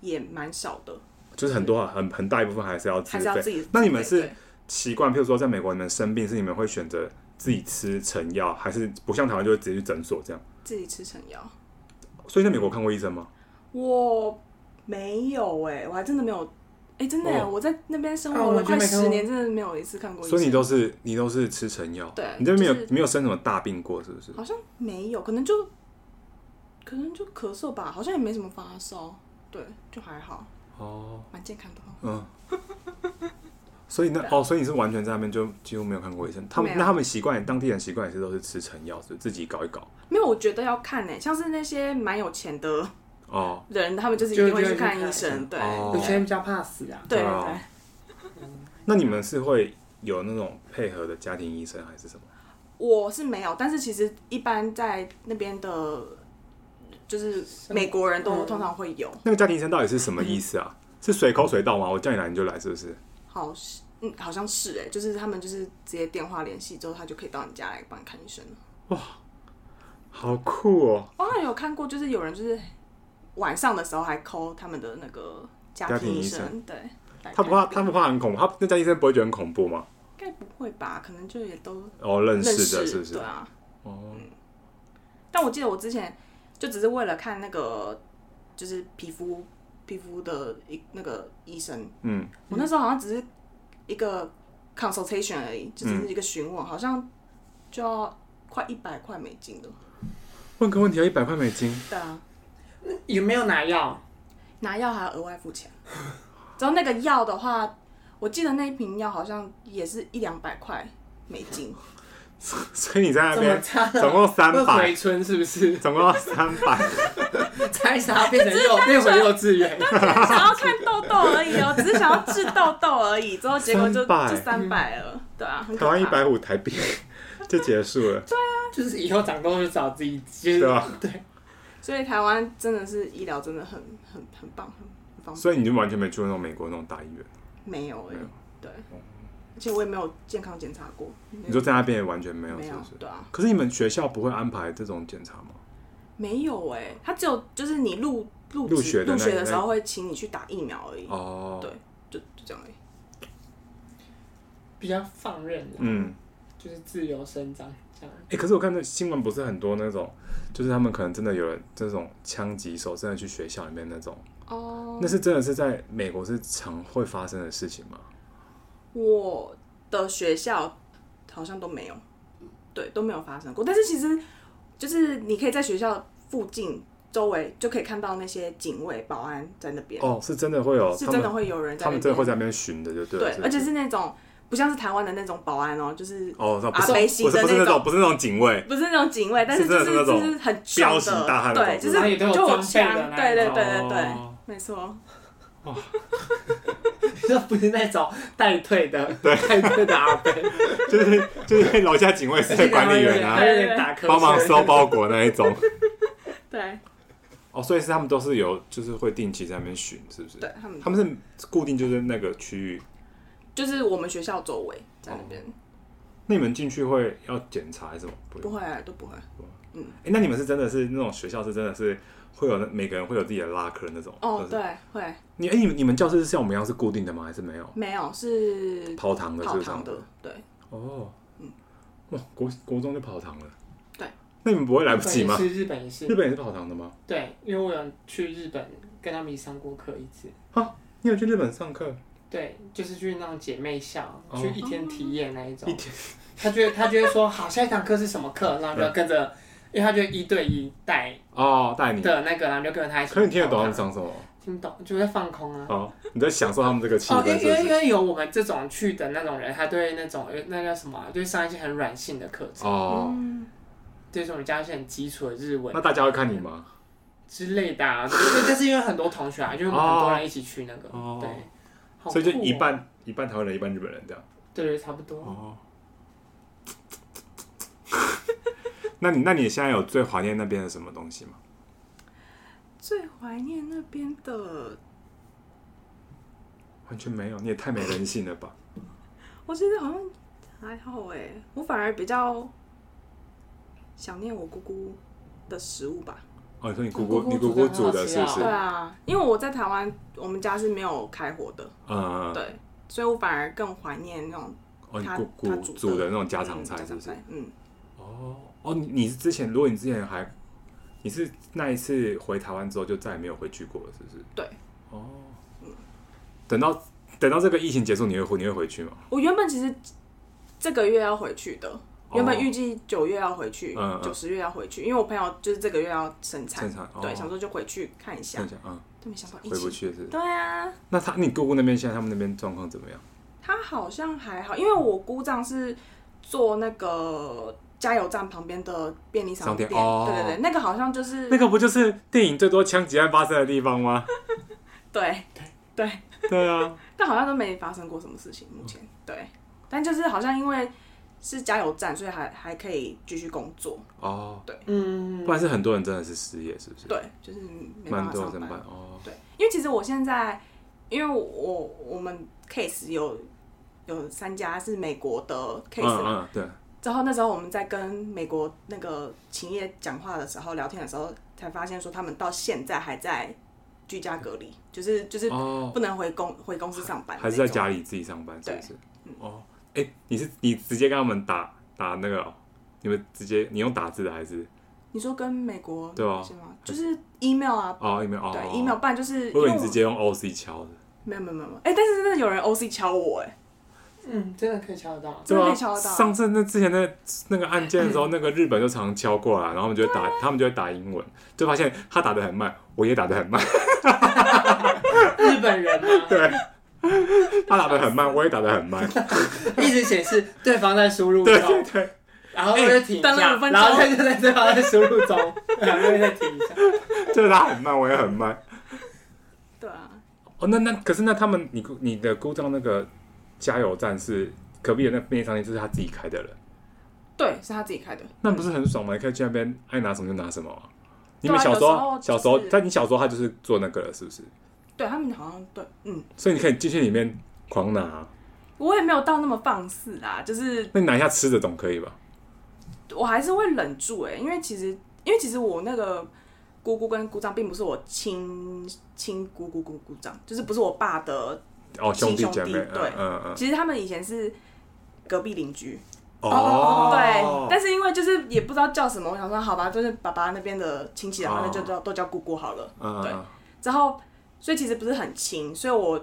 C: 也蛮少的，
B: 就是很多很很大一部分还是要自
C: 还是要自
B: 费。
C: 己。
B: 那你们
C: 对
B: 是
C: 对
B: 习惯，譬如说在美国你们生病是你们会选择自己吃成药，还是不像台湾就会直接去诊所这样？
C: 自己吃成药？
B: 所以在美国看过医生吗？
C: 我没有哎、我还真的没有哎、真的、欸
B: 哦
C: 我在那边生
A: 啊
C: 活
A: 我
C: 了
A: 就
C: 快
A: 没看
C: 十
A: 过
C: 年，真的没有一次看过医
B: 所
C: 生。
B: 以你都是你都是吃成药，
C: 对
B: 你这边没有、
C: 就是
B: 没有生什么大病过，是不是？
C: 好像没有，可能就可能就咳嗽吧，好像也没什么发烧，对，就还好，
B: 哦，
C: 蛮健康的哦。
B: 嗯， 所以那哦，所以你是完全在那边就几乎没有看过医生，他们
C: 没有
B: 那他们习惯，当地人习惯也是都是吃成药，是不是自己搞一搞
C: 没有，我觉得要看诶、像是那些蛮有钱的
B: 哦。
C: 人，他们就是一定会去看医
A: 就就
C: 生，对，
B: 哦
A: 有些人比较怕死啊，
C: 对对
B: 对啊
C: 对。
B: 那你们是会有那种配合的家庭医生还是什么？
C: 我是没有，但是其实一般在那边的，就是美国人都
A: 嗯
C: 通常会有，
B: 那个家庭医生到底是什么意思啊？是随口随到吗？我叫你来你就来，是不是？
C: 好像嗯，好像是诶、就是他们就是直接电话联系之后，他就可以到你家来帮你看医生了。
B: 好酷哦！
C: 我好像有看过，就是有人就是晚上的时候还抠他们的那个家
B: 家庭
C: 庭
B: 医
C: 医
B: 生
C: 生，对，来
B: 他不怕
C: 看病
B: 他不怕很恐怖，他那家医生不会觉得很恐怖吗？
C: 应该不会吧？可能就也都
B: 哦，认
C: 认
B: 识
C: 识，
B: 的是不是
C: 对？啊。
B: 哦，
C: 但我记得我之前就只是为了看那个就是皮肤皮肤的一那个医生，
B: 嗯，
C: 我那时候好像只是一个 consultation 而已，就只是一个询问，好像就要快一百块美金的。
B: 问个问题要一百块美金。
C: 对啊，
A: 有没有拿药？
C: 拿药还要额外付钱。然后那个药 的话，我记得那一瓶药好像也是一两百块美金，
B: 所以你在那
D: 怎么
B: 边
D: 差了？
B: 总共三
A: 会
B: 百
A: 回，村是不是？
B: 总共三百，
D: 猜啥变成幼？
A: 变回幼稚 园，
C: 想要看痘痘而已哦，只是想要治痘痘而已，之后结果就
B: 300
C: 就三百了，对啊，很可
B: 台
C: 怕
B: 湾一百五台 币就结束了，
A: 就是以后长痘就找自己，就
B: 对啊
A: 是
B: 吧？
C: 所以台湾真的是医疗真的很很很棒，很很方便。
B: 所以你就完全没去过那种美国那种大医院，
C: 没有哎、
B: 没有嗯
C: 对，而且我也没有健康检查过，
B: 你说在那边也完全没有，
C: 没
B: 是
C: 有
B: 不是？
C: 对啊，
B: 可是你们学校不会安排这种检查吗？
C: 没有哎、他只有就是你入入
B: 入
C: 职
B: 学的
C: 入
B: 那
C: 学的时候会请你去打疫苗而已，
B: 哦，
C: 对就就这样而已。
A: 比较放任啦，
B: 嗯，
A: 就是自由生长这样。
B: 哎、可是我看那新闻不是很多那种，就是他们可能真的有人这种枪击手真的去学校里面那种，
C: 哦
B: 那是真的是在美国是常会发生的事情吗？
C: 我的学校好像都没有，对，都没有发生过。但是其实就是你可以在学校附近周围就可以看到那些警卫、保安在那边，
B: 哦，是真的会有，
C: 是
B: 他
C: 真的
B: 们
C: 会有人在
B: 他
C: 那
B: 们真的会
C: 边。
B: 在那边巡的，就对了
C: 对，而且是那种不像是台湾的那种保安哦，就是
B: 哦，那不是
C: 阿北型
B: 不
C: 的
B: 是不是那
C: 那种
B: 种不是那种警卫，
C: 不是那种警卫，但是就是
B: 真的是那
C: 就
B: 种
C: 是很壮
B: 彪形大汉的
C: 对，
B: 那种
C: 就是
A: 然后也都有
C: 就有
A: 装备的
C: 枪，
A: 那
C: 对对对
A: 种
C: 对对
B: 哦，
C: 没错。
A: 这不是那种带退 的，带退的阿伯，
B: 就是就是楼下警卫室的管理 员
A: 他
B: 啊，
A: 有点打瞌睡，
B: 帮忙收包裹那一种。
C: 对
B: 哦，所以是他们都是有，就是会定期在那边巡，是不是？
C: 对，他们
B: 他们是固定就是那个区域，
C: 就是我们学校周围在那
B: 哦
C: 边，
B: 那你们进去会要检查还是什么？不
C: 不
B: 用。
C: 会啊都不会。
B: 哎、那你们是真的是那种学校是真的是会有那每个人会有自己的拉客那种？
C: 哦
B: 就，是。
C: 对，会
B: 你哎、你们你们教室是像我们一样是固定的吗？还是没有？
C: 没有是
B: 跑堂的是
C: 跑
B: 不是？
C: 堂的，嗯对，
B: 哦，哇，国国中就跑堂了。
C: 对。
B: 那你们不会来不及吗？
A: 是日本也是
B: 日，本也是跑堂的吗？
A: 对，因为我有去日本跟他们一起上过课一次，
B: 你有去日本上课？
A: 对，就是去那种姐妹校，
B: 哦
A: 去一天体验那一种
B: 一。天
A: 他觉得他觉得说好，下一堂课是什么课，然后就要跟着，因为他就一对一带
B: 哦，带你。
A: 的那个，然后就跟着他一起。
B: 可是你听得懂他们？讲什么吗？
A: 听不懂，就在放空啊。
B: 哦，你在享受他们这个气
A: 哦，因
B: 氛，
A: 为
B: 是
A: 因
B: 不
A: 为因
B: 是？
A: 为有我们这种去的那种人，他对那种那叫什么啊、对上一些很软性的课程，
B: 哦，
C: 嗯，
A: 对这种加一些很基础的日文
B: 那大家会看你吗？
A: 之类的啊。对，但是因为很多同学啊，因为我们很多人一起去那个，
B: 哦
A: 对，好
B: 所以就
A: 酷哦
B: 一，半一半台湾人，一半日本人这样。
A: 对对，差不多。
B: 哦。 那你那你现在有最怀念那边的什么东西吗？
C: 最怀念那边的，
B: 完全没有，你也太没人性了吧！
C: 我觉得好像还好哎，我反而比较想念我姑姑的食物吧。
B: 哦，你说你姑
A: 姑
B: 姑
A: 姑
B: 你姑
A: 煮
B: 姑
A: 得
B: 煮
A: 很
B: 的
A: 好吃
B: 是不
A: 啊
B: 是
C: 对？啊，因为我在台湾，我们家是没有开火的，
B: 嗯，
C: 对，所以我反而更怀念那种
B: 哦，你
C: 她
B: 姑
C: 她
B: 姑
C: 煮的
B: 煮的那种家
C: 家
B: 常菜是不是？？
C: 嗯，
B: 哦哦，你你是之前，如果你之前还，你是那一次回台湾之后就再也没有回去过了，是不是？
C: 对。
B: 哦。等到等到这个疫情结束，你会回你会回去吗？
C: 我原本其实这个月要回去的，原本
B: 哦
C: 预计九月要回去
B: 嗯，嗯
C: 九十月要回去，因为我朋友就是这个月要生产
B: 生，产哦
C: 对，想说就回去看一下
B: 看一，下，嗯，
C: 都没想到疫
B: 回不
C: 情。
B: 去了是不是。
C: 对啊，
B: 那他你姑姑那边现在他们那边状况怎么样？
C: 他好像还好，因为我姑丈是做那个加油站旁边的便利商
B: 商店
C: 店
B: 哦
C: 对对对，那个好像就是
B: 那个不就是电影最多枪击案发生的地方吗？
C: 对对，
B: 对啊，
C: 但好像都没发生过什么事情，目前对，但就是好像因为是加油站，所以还还可以继续工作，
B: 哦，
A: 嗯
B: 不，然是很多人真的是失业，是不是？，
C: 对，就是没办
B: 蛮
C: 法
B: 多人
C: 上
B: 怎么办
C: 班，？
B: 哦，
C: 对，因为其实我现在，因为我我们 case 有有三家是美国的 case 嘛，
B: 嗯嗯，对，
C: 之后那时候我们在跟美国那个企业讲话的时候，聊天的时候，才发现说他们到现在还在居家隔离，就是就是
B: 哦，
C: 不能回公回公司上班，
B: 还是在家。里自己上班，是不是？
C: 嗯
B: 哦，哎、你是你直接跟他们打打那个哦、你们直接你用打字的还是？
C: 你说跟美国
B: 对啊
C: 是吗？就是 email 啊，
B: 哦，email 哦，
C: 对
B: 哦
C: email，不然就是
B: 我以为
C: 因为
B: 你直接用 OC 敲的，
C: 没有没有没有，没有哎，但是真的有人 OC 敲我哎，
A: 嗯，真的可以敲得 到。
C: 真的可以敲
B: 啊？
C: 得到
B: 上次那之前那那个案件的时候，那个日本就常敲过来，然后他们就会打，
C: 啊
B: 他们就会打英文，就发现他打的很慢，我也打的很慢。
A: 日本人啊，
B: 对， 他打的很慢，我也打的很慢。
A: 一直显示对方在输入哎
B: 对
A: 中
B: 对对，
A: 然后就停一下，
C: 等了五分钟
A: 然后他就在对方的输入中，然后就再停一下。
B: 就是他很慢，我也很慢。
C: 对啊，
B: 哦，那那可是那他们，你你的姑丈那个加油站是隔壁的那便利商店，就是他自己开的了，
C: 对，是他自己开的。嗯
B: 那不是很爽吗？你可以去那边爱拿什么就拿什么、啊。你们
C: 对啊
B: 小时候，
C: 有时候
B: 小时候
C: 就，是
B: 但你小时候他就是做那个了，是不是？
C: 对他们好像对，嗯，
B: 所以你可以进去里面狂拿啊、
C: 我也没有到那么放肆啦，就是
B: 那你拿一下吃的总可以吧？
C: 我还是会忍住哎、因为其实因为其实我那个姑姑跟姑丈并不是我亲亲姑姑姑姑丈，就是不是我爸的，
B: 哦，兄
C: 亲
B: 弟
C: 兄
B: 姐妹，
C: 弟
B: 嗯
C: 对
B: 嗯嗯，
C: 其实他们以前是隔壁邻居，哦对，
B: 哦，
C: 但是因为就是也不知道叫什么，我想说好吧，就是爸爸那边的亲戚，然啊
B: 哦
C: 后那就叫、都叫姑姑好了。
B: 嗯，
C: 对
B: 嗯
C: 之后，所以其实不是很亲，所以我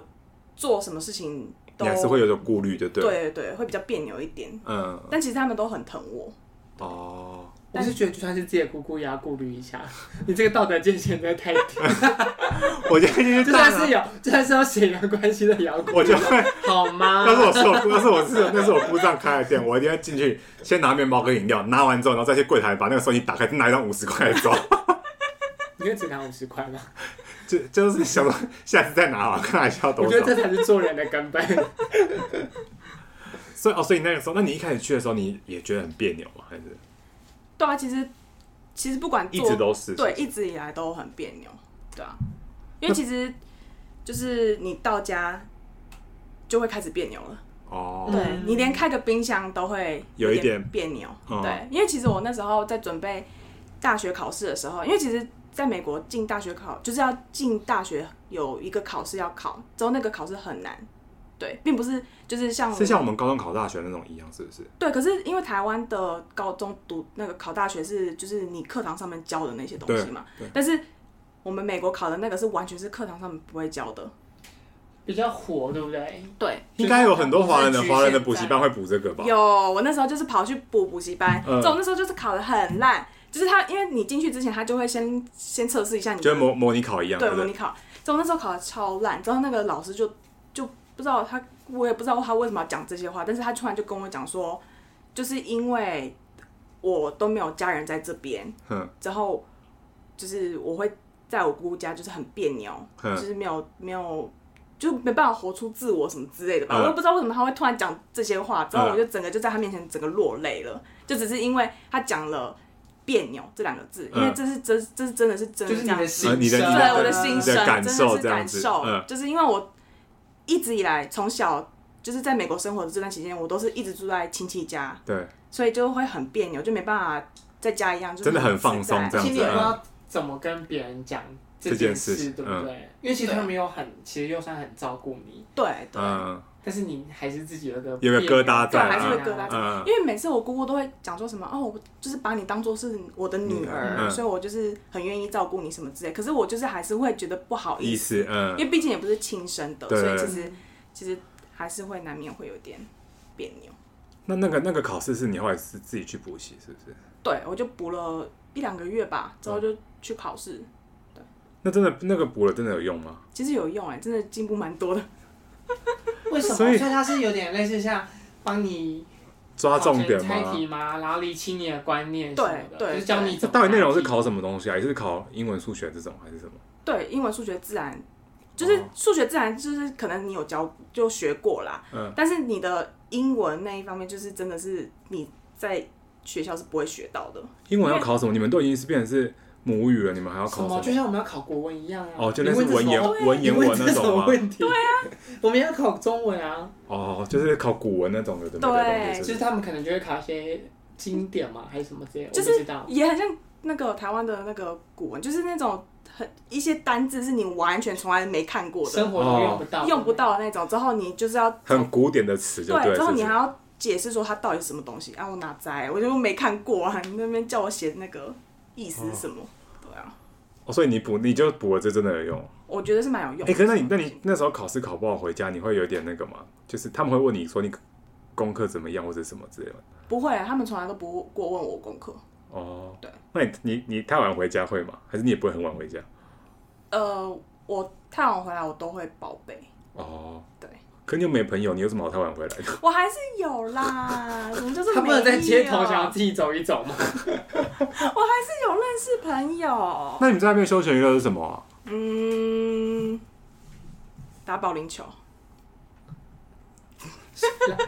C: 做什么事情
B: 你
C: 都
B: 还是会有点顾虑，就对，
C: 对，对对，会比较别扭一点。
B: 嗯，
C: 但其实他们都很疼我，
B: 哦，
A: 我是觉得，就算是自己的姑姑，也要顾虑一下。你这个道德界限真的太低，
B: 我觉得今天
A: 就算是有，就算是有血缘关系的，也要顾虑
B: 我就会，
A: 好 吗
B: 要？是我是我姑，要是我是那是我姑丈开的店，我一定要进去，先拿面包跟饮料，拿完之后，然后再去柜台把那个收银打开，再拿一张五十块 的走，
A: 你就只拿五十块吗？
B: 就就是想说下次再拿吧，看还需要
A: 我
B: 多
A: 觉得
B: 少。
A: 这才是做人的根本。
B: 所以哦，所以那个时候，那你一开始去的时候，你也觉得很别扭吗？还是
C: 对啊，其实其实不管
B: 一
C: 做
B: 直都是？
C: 对，一直以来都很别扭，对啊，因为其实就是你到家就会开始别扭了，
B: 哦，
C: 对
A: 嗯
C: 你连开个冰箱都会
B: 有一
C: 点
B: 点
C: 别扭，
B: 嗯
C: 对，因为其实我那时候在准备大学考试的时候，因为其实在美国进大学考就是要进大学有一个考试要考，之后那个考试很难，对，并不是就是像
B: 是像我们高中考大学那种一样，是不是？
C: 对，可是因为台湾的高中读那个考大学是就是你课堂上面教的那些东西嘛
B: 对对，
C: 但是我们美国考的那个是完全是课堂上面不会教的。
A: 比较火，对不对？
C: 对，
B: 应该有很多华人
A: 就
B: 的
A: 是局限
B: 华人的补习班会补这个吧？
C: 有我那时候就是跑去补补习班，
B: 嗯
C: 这种那时候就是考的很烂，就是他因为你进去之前他就会先先测试一下你
B: 就
C: 的
B: 跟模模拟考一样，
C: 对
B: 不
C: 模拟考，之后那时候考的超烂，之后那个老师就就不知道他，我也不知道他为什么要讲这些话，但是他突然就跟我讲说，就是因为我都没有家人在这边，
B: 嗯，
C: 之后就是我会在我姑姑家就是很别扭，
B: 嗯
C: 就是没有没有。就没办法活出自我什么之类的吧，
B: 嗯
C: 我也不知道为什么他会突然讲这些话，之后
B: 嗯
C: 我就整个就在他面前整个落泪了，就只是因为他讲了“别扭”这两个字，因为
B: 嗯
C: 这是真，这是真的是真
A: 就是
C: 的这
A: 你
C: 样
A: 的
B: 呃
A: 心
B: 你的
A: 声，
B: 你
C: 对我的
B: 你
C: 心
B: 的
C: 声，
B: 感
C: 真的
B: 受
C: 是
B: 这样
C: 感
B: 子
C: 受，
B: 嗯
C: 就是因为我一直以来从小就是在美国生活的这段期间，我都是一直住在亲戚家，
B: 对，
C: 所以就会很别扭，就没办法在家一样，就是
B: 真的很
C: 自在
B: 放松这样
A: 其实也
B: 子
A: 不知
B: 嗯
A: 道怎么跟别人讲这
B: 这件
A: 件
B: 事情嗯
A: 对不对？因为其实他们又很，其实又算很照顾你，
C: 对对。
B: 嗯
A: 但是你还是自己有个
B: 有个
A: 别扭
B: 疙瘩
C: 在
A: 感
C: 对还是
A: 啊
C: 会疙瘩在
B: 嗯，
C: 因为每次我姑姑都会讲说什么哦，我就是把你当做是我的女儿，
B: 嗯
C: 所以我就是很愿意照顾你什么之类。可是我就是还是会觉得不好
B: 意
C: 意思，
B: 思，嗯
C: 因，为毕竟也不是亲生的，
B: 对
C: 所以其
A: 嗯
C: 实其实还是会难免会有点别扭。
B: 那那个那个考试是你后来是自己去补习，是不是？
C: 对，我就补了一两个月吧，之后就去考试，
B: 那真的那个补了真的有用吗？
C: 其实有用哎、真的进步蛮多的。
A: 为什么？
B: 所
A: 所
B: 以
A: 以它是有点类似像帮你
B: 抓重点
A: 考前猜
B: 吗？
A: 题吗？然后理清你的观念什么的，
C: 对对
A: 就是教你
B: 那
A: 怎么。
B: 到底内容是？考什么东西啊？也是考英文、数学这种还是什么？
C: 对，英文、数学、自然，就是
B: 哦
C: 数学、自然，就是可能你有教就学过啦，
B: 嗯
C: 但是你的英文那一方面，就是真的是你在学校是不会学到的。
B: 英文要考什么？你们都已经是变成是母语了，你们还要
A: 什
B: 考
A: 么？
B: 什
A: 就
B: 么？
A: 像我们要考国文一样啊。
B: 哦，就
A: 你
B: 类似
A: 问这
B: 文
A: 什
B: 言
A: 么
B: 文言文那
A: 你问这什
B: 种
A: 么
B: 吗？
A: 问题？对啊，我们要考中文啊，
B: 哦，就是考古文那种的，对不对？
C: 对
B: 东
A: 就是
B: 西是
A: 他们可能就会考一些经典嘛，还是什么之类的，
C: 就是
A: 我不知道。
C: 也很像那个台湾的那个古文，就是那种很一些单字是你完全从来没看过的，
A: 生活中用不到，
C: 用不。到的那种，之后你就是要
B: 很古典的词，就
C: 对，
B: 是
C: 之后
B: 不
C: 你
B: 是
C: 还要解释说它到底是什么东西啊？我哪摘？我就没看过啊！你那边叫我写那个意思是什么？对啊，
B: 哦，所以你补你就补了，这真的有用。
C: 我觉得是蛮有用的。
B: 哎、可是那你那你那时候考试考不好回家，你会有点那个吗？就是他们会问你说你功课怎么样或者什么之类的。
C: 不会、啊，他们从来都不过问我功课。
B: 哦，
C: 对。
B: 那你你你太晚回家会吗？还是你也不会很晚回家？
C: 呃，我太晚回来我都会报备。
B: 哦，
C: 对。
B: 可你又没朋友，你有什么好太晚回来的？
C: 我还是有 啦，什么叫做
A: 他不能在街头
C: 没有
A: 想要自己走一 走吗？
C: 我还是有认识朋友，
B: 那你们在那边休闲娱乐是什么啊、
C: 嗯，打保龄球，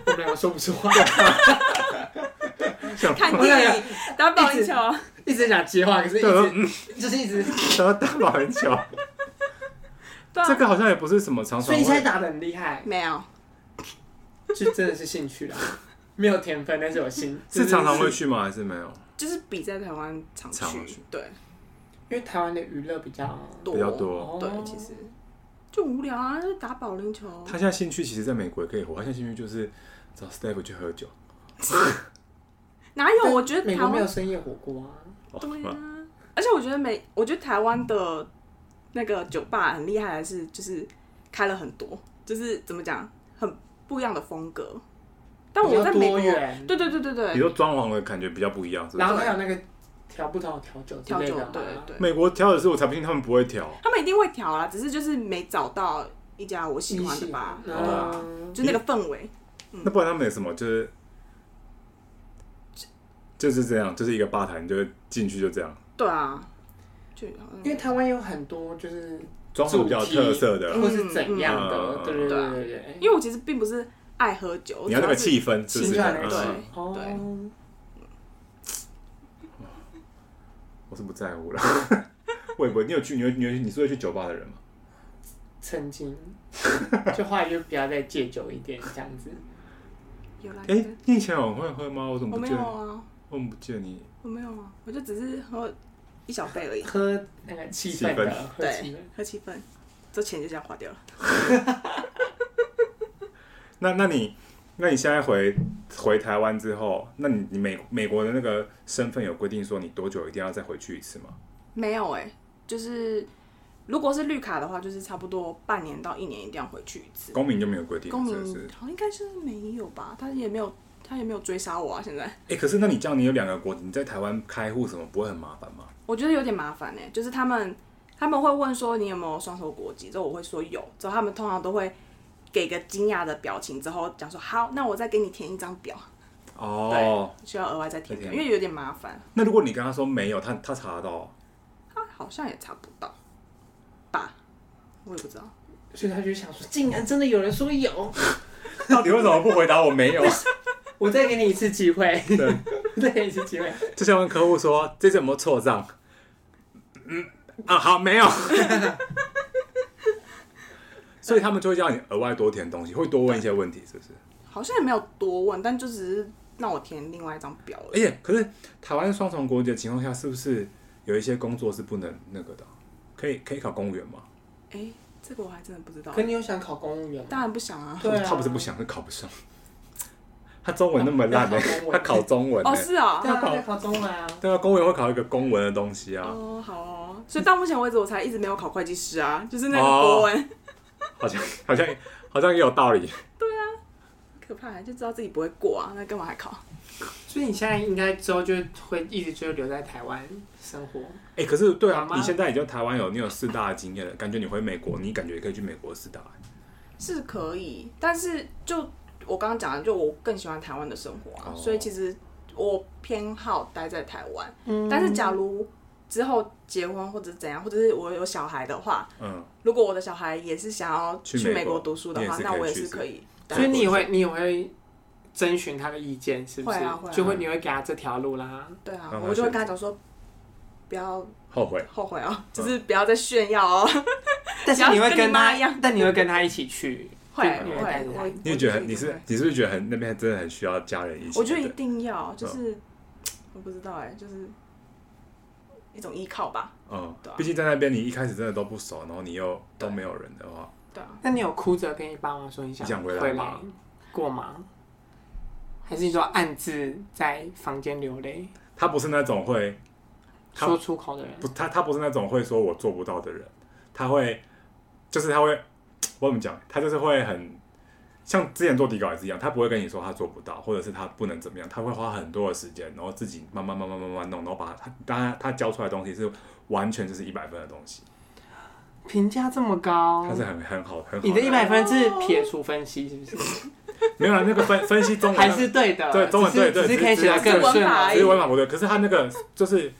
A: 我们两个说不出话，
B: 想
C: 看
A: 我想
C: 电影，打保龄球，
A: 一直想接话，可是一
B: 对啊嗯
A: 直就是一直，
B: 想要打保 龄球，
C: 对啊
B: 这个好像也不是什么常常
A: 所以你现在
B: 会。
A: 打的很厉害，
C: 没有，
A: 就真的 是兴趣啦，没有天分，但是有心，
B: 是常常会
A: 去，
B: 去吗？还是没有？
C: 就是比在台湾常
B: 常去
C: 去，对，
A: 因为台湾的娱乐比较
C: 多
B: 比较
A: 哦
B: 多。
C: 对，其实就无聊啊，就打保龄球
B: 他，现在兴趣其实，在美国也可以活。他现在兴趣就是找 Steve 去喝酒。
C: 哪有？我觉得
A: 美
C: 台
A: 国没有
C: 湾
A: 深夜火锅啊，
B: 哦
C: 对啊，而且我觉得美，我觉得台湾的那个酒吧很厉害的是，就是开了很多，就是怎么讲，很不一样的风格。但我在
A: 比较
C: 美
A: 多
C: 国，
A: 元，
C: 对对对对对
B: 你，说装潢的感觉比较不一样，是不
A: 然后
B: 是？
A: 还有那个调不同的调酒之
C: 调
A: 类
C: 酒
A: 的啊嘛，
C: 对对，
B: 美国调的是我才不信他们不会调。
C: 他们一定会调啦，只是就是没找到一家我喜
A: 一
C: 欢的
A: 系
C: 吧，
B: 对啊
A: 嗯，
C: 就那个氛围。
B: 那不然他们有什么？就是就是这样，就是一个吧台，你就进去就这样，
C: 对啊，就好像
A: 因为台湾有很多就是
B: 装潢比较有特色的，
A: 或是怎样
B: 啊嗯嗯
A: 的，对对
C: 对啊
A: 对对对，
C: 因为我其实并不是爱喝酒，
B: 你要那个
C: 嗯主要是
B: 气氛，是不
A: 兴
B: 是？
A: 趣爱好
C: 对
A: 哦。
B: 嗯我是不在乎了。 我也不会，你有去？你有你有你是会去酒吧的人吗？
A: 曾经，就后来就不要再戒酒一点这样子。
C: 有来
B: 哎、你以前很会喝吗？我怎么
C: 嗯
B: 不
C: 我没
B: 见
C: 有？啊，
B: 我怎么不见你？
C: 我没有啊，我就只是喝一小杯而已。
A: 喝那个气氛
B: 气
A: 的，
B: 氛
A: 喝气
C: 对
A: 氛，
C: 喝气氛，这钱就这样花掉了。
B: 那那你那你现在回回台湾之后，那你你美美国的那个身份有规定说你多久一定要再回去一次吗？
C: 没有哎、就是如果是绿卡的话，就是差不多半年到一年一定要回去一次。
B: 公民就没有规定，
C: 公民
B: 是不是？
C: 好像应该是没有吧，他也没有，他也没有追杀我啊。现在
B: 哎、可是那你这样，你有两个国，你在台湾开户什么不会很麻烦吗？
C: 我觉得有点麻烦哎、就是他们他们会问说你有没有双重国籍，之后我会说有，之后他们通常都会给个惊讶的表情，之后讲说好，那我再给你填一张表，
B: 哦，
C: 需要额外再填
B: 再
C: 表，
B: 填
C: 因为有点麻烦。
B: 那如果你跟他说没有，他他查得 到，
C: 他好像也查不到吧，我也不知道。
A: 所以他就想说，竟然真的有人说有，
B: 到底为什么不回答我没有？
A: 我再给你一次机会，
B: 对，
A: 再给你一次机会。
B: 就像问客户说这次有没有错账？嗯啊，好，没有。 所以他们就会叫你额外多填东西，会多问一些问题，是不是？
C: 好像也没有多问，但就只是让我填另外一张表而
B: 而
C: 已。
B: 且，哎可是台湾双重国籍的情况下，是不是有一些工作是不能那个的？可以可以考公务员吗？
C: 哎、这个我还真的不知道
A: 可。你有想考公务员吗？
C: 当然不想啊。
A: 对啊
B: 他不是不想，是考不上。他中文那么烂呢、 他
A: 他
B: 考
A: 考
B: 中文、欸。
C: 啊哦，是哦。
A: 对啊，
B: 他考
A: 在考中文啊。
B: 对啊，公务员会考一个公文的东西啊，
C: 哦，好哦。所以到目前为止，我才一直没有考会计师啊， 就是那个
B: 哦
C: 国文，
B: 好像好像好像也有道理。
C: 可怕，就知道自己不会过啊，那干嘛还考？
A: 所以你现在应该之后就会一直就留在台湾生活。
B: 哎、可是对啊
A: 好，吗
B: 你现在已经台湾有你有四大的经验了，感觉你回美国，你感觉也可以去美国四大、
C: 是可以，但是就我刚刚讲的，就我更喜欢台湾的生活啊，
B: 哦
C: 所以其实我偏好待在台湾。
A: 嗯
C: 但是假如之后结婚或者怎样，或者是我有小孩的话，
B: 嗯，
C: 如果我的小孩也是想要
B: 去
C: 去
B: 美
C: 美
B: 国
C: 国读书的
B: 你也
C: 话，
B: 是
C: 那
B: 可以
C: 我也
B: 去
C: 是
B: 是
C: 可以啊待。
A: 所以你也会，你也会征询他的意见，是不是
C: 会啊会啊？
A: 就会你会给他这条路啦。
C: 对啊
B: 让，他
C: 我就
B: 选择
C: 会
B: 嗯
C: 跟他讲说，不要
B: 后悔。
C: 后悔哦，就是不要再炫 耀哦。
A: 但是你会
C: 跟你妈
A: 他
C: 一样，
A: 但你会跟他一起去。
C: 会
A: 你会带着
C: 会，
A: 他
C: 我
B: 你也觉得
C: 我
B: 很你
C: 一定
B: 是
C: 会
B: 你是不是觉得很那边真的很需要家人一起？
C: 我觉得
B: 对
C: 一
B: 不对
C: 定要，就是我不知道哎，就是一种依靠吧。
B: 嗯
C: 对，啊
B: 毕竟在那边你一开始真的都不熟，然后你又都没有人的话，
C: 对啊，
A: 那你有哭着跟你爸妈说你想
B: 你想回
A: 回来
B: 来吗
A: 过吗？还是你说暗自在房间流泪
B: 他不是那种会他
A: 说出口的人？
B: 不，他他不是那种会说我做不到的人，他会就是他会我怎么讲，他就是会很像之前做底稿也是一样，他不会跟你说他做不到，或者是他不能怎么样，他会花很多的时间，然后自己慢慢慢慢慢慢弄，然后把他他他教出来的东西是完全就是一百分的东西。
A: 评价这么高
B: 它，是很很好很好。
A: 你的一百分是撇除分析是不是？
B: 没有啦，那个分分析中文
A: 还是对的？
B: 哦对中文
A: 只是
B: 对对
A: 只是可以写得更
C: 只是
A: 顺
C: 文法
A: 而
C: 而
B: 只
A: 已
C: 已
B: 是文法不对，可是他那个就是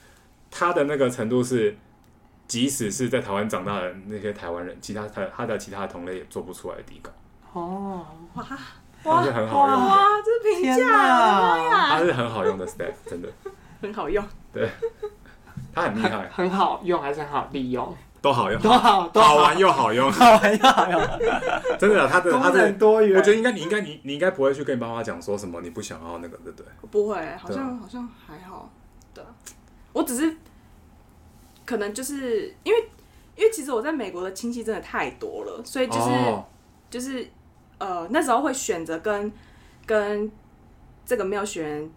B: 他的那个程度是，即使是在台湾长大的那些台湾人，其他他他的其他的同类也做不出来的底稿，
A: 哦，
C: 哇
B: 他是很好用的，
C: 哇，这评
A: 天
C: 价我的
A: 哪，
C: 妈呀
B: 他是很好用的 staff，真的，
C: 很好用，
B: 他很厉害，
A: 很好用还是很好利用，
B: 都好用，
A: 都好都
B: 好啊玩又好 用，
A: 好玩又好用，
B: 真的啦，啊他的他
A: 功
B: 的
A: 能。多元。
B: 我觉得应该，你应该，你你应该不会去跟你爸妈讲说什么你不想要那个，对不对？
C: 不会，好
B: 对啊
C: 像好像还好，对啊，我只是可能就是因为因为其实我在美国的亲戚真的太多了，所以就是、
B: 哦，
C: 就是呃那时候会选择跟跟这个没有学员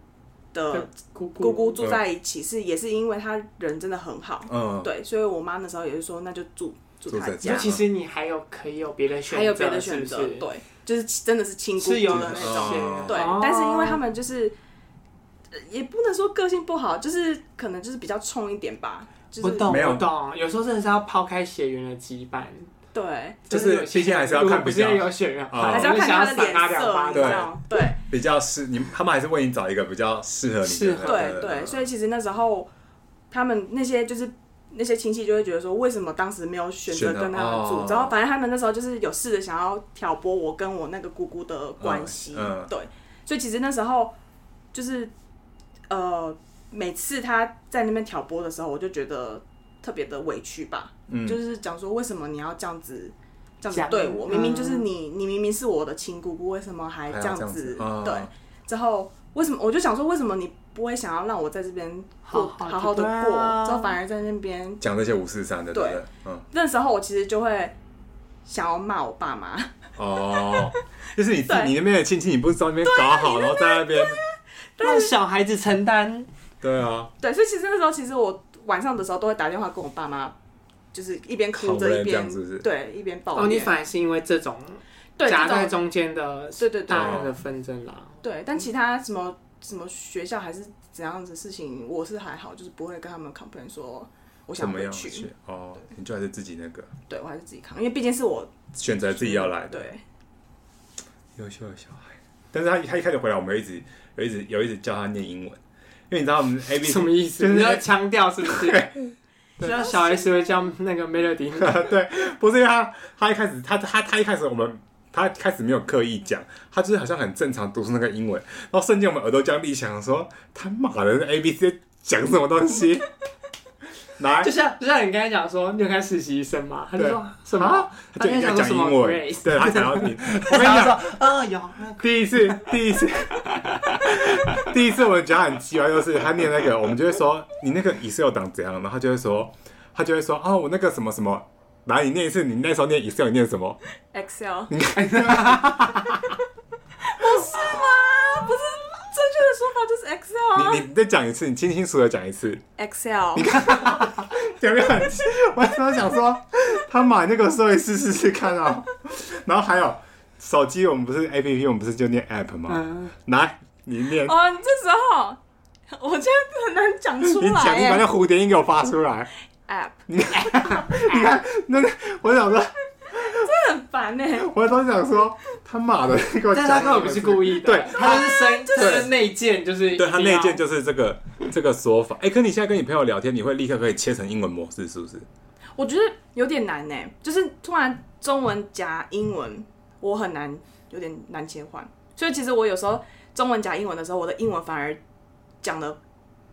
B: 呃
C: 的
A: 姑
C: 姑姑住在一起，是也是因为她人真的很好，
B: 嗯，
C: 对，所以我妈那时候也是说那就住
B: 住
C: 住她
B: 在
A: 就
C: 家
B: 家，
A: 其实你还有可以有别的选择，
C: 还有别的选择
A: 是不是，
C: 对，就是真的是亲姑
A: 是有的哦
C: 姑
A: 那
C: 那
B: 种
C: 种，
A: 种，
C: 对，但是因为他们就是。呃也不能说个性不好，就是可能就是比较冲一点吧，就
A: 我
C: 是
A: 懂，
B: 没有
A: 我懂，有时候真的是要抛开血缘的羁绊，哦
C: 对，
B: 就是
A: 有些
B: 毕竟还是要看
A: 如果不
B: 比较
A: 是有血缘，
B: 哦
A: 我
C: 还是要
A: 就
C: 看
A: 想
C: 他的
A: 赏
C: 脸
A: 他两
C: 色，
A: 巴
C: 你
A: 掌
C: 知道吗？对，
B: 比较适你，他们还是为你找一个比较适合你的。
A: 适合
C: 对对，所以其实那时候他们那些就是那些亲戚就会觉得说，为什么当时没有选择
B: 选择
C: 跟他们住
B: 哦？
C: 然后反正他们那时候就是有试着想要挑拨我跟我那个姑姑的关系
B: 嗯嗯，
C: 对，所以其实那时候就是呃，每次他在那边挑拨的时候，我就觉得特别的委屈吧，
B: 嗯
C: 就是讲说为什么你要这样子。这样
A: 讲
C: 子对我，
A: 嗯
C: 明明就是你，你明明是我的亲姑姑，为什么还
B: 还要
C: 这样
B: 这样
C: 子
B: 子？哦
C: 对，之后为什么我就想说，为什么你不会想要让我在这边
A: 好
C: 过
A: 好地
C: 好好的过，
A: 对啊
C: 之后反而在那边？
B: 讲这些五四三的，对不对？嗯，
C: 那时候我其实就会想要骂我爸妈，
B: 哦，就是你自
C: 对
B: 你那边的亲戚，你不是到那边搞好，然后在那边，
A: 让小孩子承担，
B: 对啊，
C: 对，所以其实那时候其实我晚上的时候都会打电话跟我爸妈，就是一边哭
B: 好
C: 着
B: 人这
C: 一
B: 样
C: 边
B: 是不是
C: 对一边抱
A: 哦，
C: 怨，
A: 你反而是因为这种
C: 对
A: 夹
C: 这
A: 在
C: 种
A: 中间的
C: 对对对
A: 大人的纷争啦，
C: 对，
B: 嗯
C: 但其他什么什么学校还是怎样的事情，我是还好，就是不会跟他们 complain 说我
B: 怎
C: 想
B: 么
C: 回
B: 样
C: 去，
B: 去？哦，你就还是自己那个
C: 对我还是自己扛，因为毕竟是我
B: 选择自己要来的
C: 对
B: 优秀的小孩。但是他他一开始回来，我们有一直有一直有一直教他念英文，因为你知道我 们 A B
A: 什么意思？
B: 就是
A: 你要强调是不是？就像小 S 会叫那个 Melody，
B: 不是因为他他一开始他他他一开始我们他开始没有刻意讲，他就是好像很正常读出那个英文，然后瞬间我们耳朵这样立起来，想说他妈的那 A B C 讲什么东 西？来
A: 就，像就像你刚才讲说，你有看实习生嘛？他就说什么
B: 啊？
A: 他
B: 就
A: 就
B: 应该
A: 想说
B: 讲
A: 什么
B: 英文，
A: Grace
B: 对他想要 听。
A: 我
B: 我跟
A: 跟
B: 你
A: 你
B: 讲，
A: 说，呃，有那个
B: 第一次，第一次， 第一次我觉得很奇怪，就是他念那个，我们就会说你那个 Excel 档怎样，然后他就会说，他就会说哦，我那个什么什么，来你念一次，你那时候念 Excel 你念什么？
C: Excel
B: 你看，
C: 不是吗？不是正确的说法就是 Excel 啊
B: 你你再讲一次，你清清楚楚的讲一次。
C: Excel，
B: 有没有很气？我那时候想说，他买那个设备试试试看啊。然后还有手机，我们不是 A P P，我们不是就念 App 吗？
A: 嗯
B: 来，你念，
C: 哦，你这时候我现在很难讲出
B: 你
C: 来
B: 讲，你
A: 哎
B: 把那
C: 耶。
B: 蝴蝶音给我发出来。
C: App
B: 你看，那那我想说，
C: 很烦呢，
B: 我当时想说，他妈的，你给我
A: 但
B: 讲
A: 是他根本不是故意的，
B: 对
A: 他啊就是生，
B: 是
A: 就是内建，就是啊
B: 对他内建
A: 就
B: 就是这个这个说法。哎、可你现在跟你朋友聊天，你会立刻可以切成英文模式，是不是？
C: 我觉得有点难呢，就是突然中文夹英文，我很难，有点难切换。所以其实我有时候中文夹英文的时候，我的英文反而讲的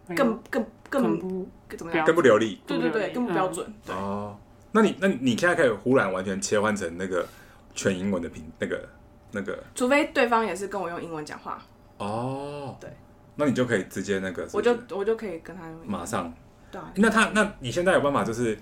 A: 嗯
C: 更更
A: 更
C: 更
A: 不
C: 怎么样？
B: 更不流利
C: 对对对，更不标准。对，
B: 哦。那你那你现在可以忽然完全切换成那个全英文的频那个那个
C: 除非对方也是跟我用英文讲话，
B: 哦，
C: 对，
B: 那你就可以直接那个，是
C: 我
B: 不是
C: 就我就可以跟他用英文。
B: 马上。
C: 对啊，
B: 那他，那你现在有办法就是，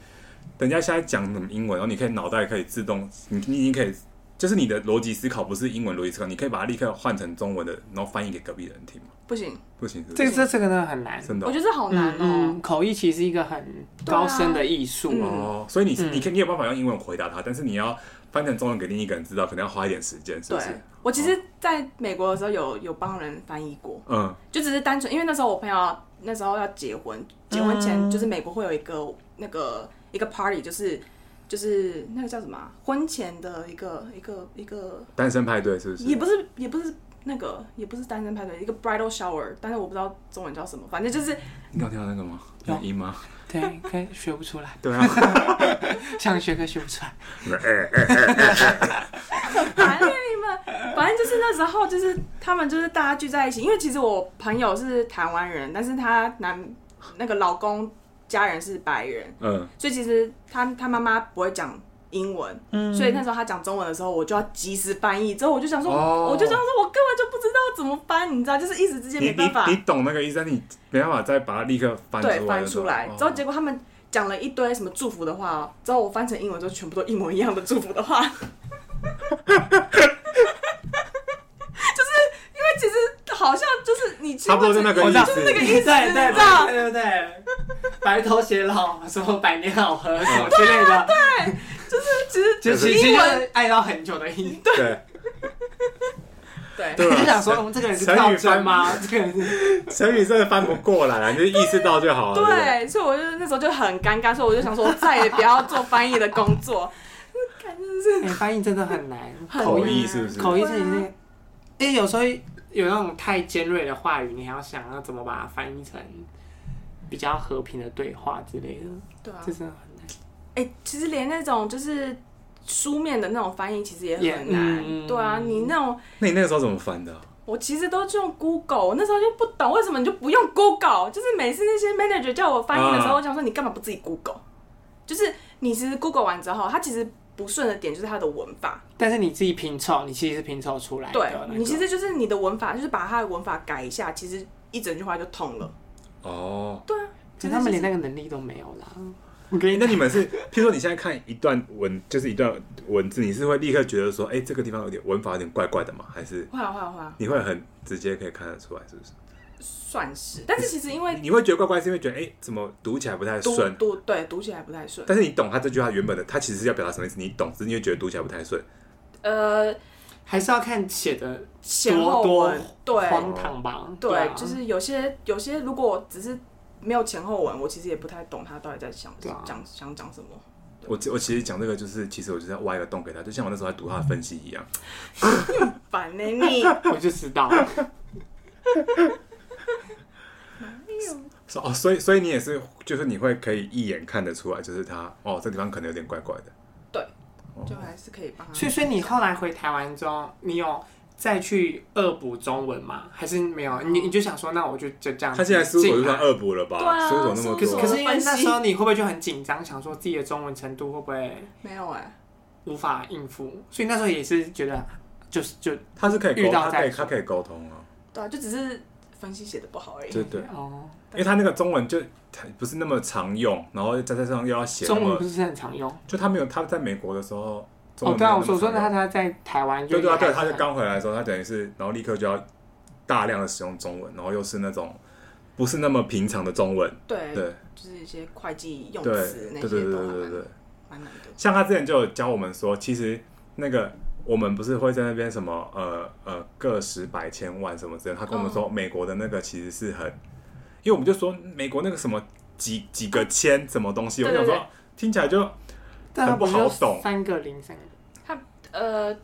B: 人家现在讲什么英文，然后你可以脑袋可以自动，你你已经可以，就是你的逻辑思考不是英文逻辑思考，你可以把它立刻换成中文的，然后翻译给隔壁的人听吗？
C: 不行，
B: 不行，是不
A: 这
B: 是
A: 个这这个呢很难，
B: 真的
C: 我
B: 哦、
C: 觉得这好难
A: 嗯
C: 哦
A: 嗯。口译其实是一个很高深的艺术，
C: 对啊嗯
B: 哦，所以你、你可以你有办法用英文回答他，但是哦你要翻成中文给另一个人知道，可能要花一点时间，是
C: 对
B: 不是？，
C: 我其实在美国的时候有有帮人翻译过，
B: 嗯，
C: 就只是单纯因为那时候我朋友那时候要结婚，结婚前就是美国会有一个那个一个 party，就是就是那个叫什么啊婚前的一个一个一个，
B: 单身派对是不是？
C: 也不是也不是那个也不是单身派对，一个 bridal shower，但是我不知道中文叫什么，反正就是
B: 你有听到那个吗？
A: 有
B: 有音吗？
A: 对，可以学不出来，
B: 对啊，
A: 想学可学不出来。
C: 反正你们，反正就是那时候，就是他们就是大家聚在一起，因为其实我朋友是台湾人，但是她男那个老公家人是白人，
B: 嗯，
C: 所以其实她她妈妈不会讲英文，
B: 嗯
C: 所以那时候她讲中文的时候，我就要及时翻译。之后我就想说，
B: 哦
C: 我就想说，我根本就不知道怎么翻，你知道，就是一时之间
B: 你
C: 没办法
B: 你你懂那个意思，但你没办法再把它立刻翻出来
C: 对
B: 的
C: 翻出来。
B: 时
C: 之
B: 候哦
C: 后结果他们讲了一堆什么祝福的话哦，之后我翻成英文之后，全部都一模一样的祝福的话。 就是因为其实好像就是你
B: 差不多是那个
A: 我
B: 意
A: 知道
B: 思，
C: 那个意
A: 对
C: 思，
A: 对
C: 你
A: 对
C: 知道？
A: 对对对，白头偕老，啊什么百年好合啊什么之类的，
C: 其实
A: 就
B: 就是
A: 其实就是爱到很久的意思。
B: 对
C: 对
B: 对
A: 你就
B: 啊
A: 想说，嗯这个人是跳针吗？这个人是
B: 成语真的翻不过来啊，你就意识到就好了。不
C: 对，所以我就那时候就很尴尬，所以我就想说，我再也不要做翻译的工作。
A: 哎翻译真的很难，
C: 很
B: 口
C: 难
B: 译是不是？
A: 口译自己那个，因哎为有时候有那种太尖锐的话语，你还要想要怎么把它翻译成比较和平的对话之类的，
C: 对啊
A: 这，真的很难。
C: 哎、其实连那种就是书面的那种翻译，其实也
A: 也
C: 很难。
A: 嗯
C: 对啊，你那种
B: 那你那个时候怎么翻的啊？
C: 我其实都是用 Google，我那时候就不懂为什么你就不用 Google，就是每次那些 manager 叫我翻译的时
A: 嗯
C: 候，
B: 啊
C: 我想说你干嘛不自己 Google？就是你其实 Google 完之后，它其实不顺的点就是它的文法，
A: 但是你自己拼凑，你其实是拼凑出来的
C: 对
A: 哎啊那个。
C: 你其实就是你的文法，就是把它的文法改一下，其实一整句话就通了。
B: 哦，
A: 可是他们连那个能力都没有啦。我
B: 诶
A: 跟
B: 那你们是，譬如说你现在看一段文，就是一段文字，你是会立刻觉得说，哎、这个地方有点文法有点怪怪的吗？还是
C: 会啊会啊会啊，
B: 你会很直接可以看得出来，是不是？
C: 算是，但是其实 因为
B: 你会觉得怪怪，是因为觉得哎、诶怎么读起来不太
C: 读
B: 顺？
C: 读对读起来不太顺，
B: 但是你懂他这句话原本的，他其实是要表达什么意思，你懂，只是你会觉得读起来不太顺。
C: 呃，
A: 还是要看写的
C: 前后文
A: 多
C: 对
A: 荒唐吧。
C: 对，
A: 啊
C: 就是有些有些如果只是没有前后文，我其实也不太懂他到底在想
A: 对啊
C: 讲想讲什么。
B: 我其我其实讲这个就是，其实我就是要挖一个洞给他，就像我那时候在读他的分析一样。
C: 烦 呢、你。
A: 我就知道，
B: 说哦，所以所以你也是，就是你会可以一眼看得出来，就是他哦，这地方可能有点怪怪的。
C: 对，就还是可以帮他。
A: 所以所以你后来回台湾之后，你有再去恶补中文吗？还是没有？你你就想说，那我就就这样。
B: 他现在事务所就
A: 啊进来
B: 算恶补了吧？
C: 对啊
B: 事务所那么
A: 可
C: 事
A: 是
C: 务
B: 多
A: 可
C: 所，
A: 是因为那时候你会不会就很紧张，想说自己的中文程度会不会
C: 没有哎、
A: 无法应付？所以那时候也是觉得，就是就
B: 他是可以沟
A: 遇到
B: 他可
A: 再
B: 以
A: 说
B: 他可以沟通啊，
C: 对啊，就只是分析写的不好而已。
B: 对对，
A: 哦，
B: 因为他那个中文就他不是那么常用，然后再加上又要写那
A: 中文
B: 么
A: 不，是很常用。
B: 就他没有他在美国的时候，中
A: 哦，
B: 文
A: 对啊，
B: 没有那
A: 我
B: 么
A: 说我说
B: 常用
A: 他他在台湾就
B: 对对啊，对，
A: 一开
B: 他
A: 始
B: 就刚回来的时候，他等于是，然后立刻就要大量的使用中文，然后又是那种不是那么平常的中文，
C: 对
B: 对对
C: 就是一些会计用
B: 对
C: 词那
B: 对对
C: 些
B: 对
C: 都还
B: 对
C: 蛮
B: 对。
C: 蛮难的。
B: 像他之前就有教我们说，其实那个我们不是会在那边什么呃呃个十百千万什么之类的，他跟我们说、美国的那个其实是很，因为我们就说美国那个什么几几个千什么东西，
C: 对对
B: 我想
C: 对
B: 说听起来就
A: 但他
B: 很不
A: 是就
B: 好懂
A: 三个零三个零，
C: 呃，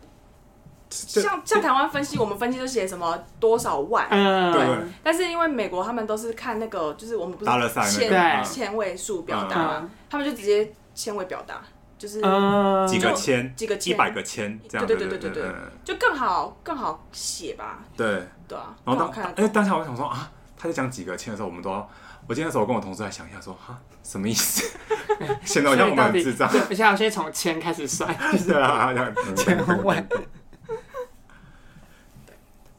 B: 就
C: 像像台湾分析，我们分析就写什么多少万，
A: 嗯，
B: 对
C: 但是因为美国他们都是看那个，就是我们不
B: 达勒
C: 是
B: 赛那
C: 千
B: 个
A: 对
B: 啊
C: 千位数表达嘛，
A: 嗯
C: 他们就直接千位表达，就是
A: 嗯，
B: 几个千
C: 几个
B: 一
C: 千，
B: 百个千这样，
C: 对对
B: 对
C: 对对
B: 对
C: 对就更好更好写吧，
B: 对对。
C: 对啊，
B: 然
C: 更
B: 后哦当
C: 好看
B: 当哎
C: 得
B: 因为
C: 懂。
B: 当下我想说啊，他在讲几个千的时候，我们都要，我今天的时候我跟我同事在想一下说哈什么意 思，显得好像我们很智障
A: 所以到。底对，现在先从千开始 算，
B: 对啊，这样
A: 千 万。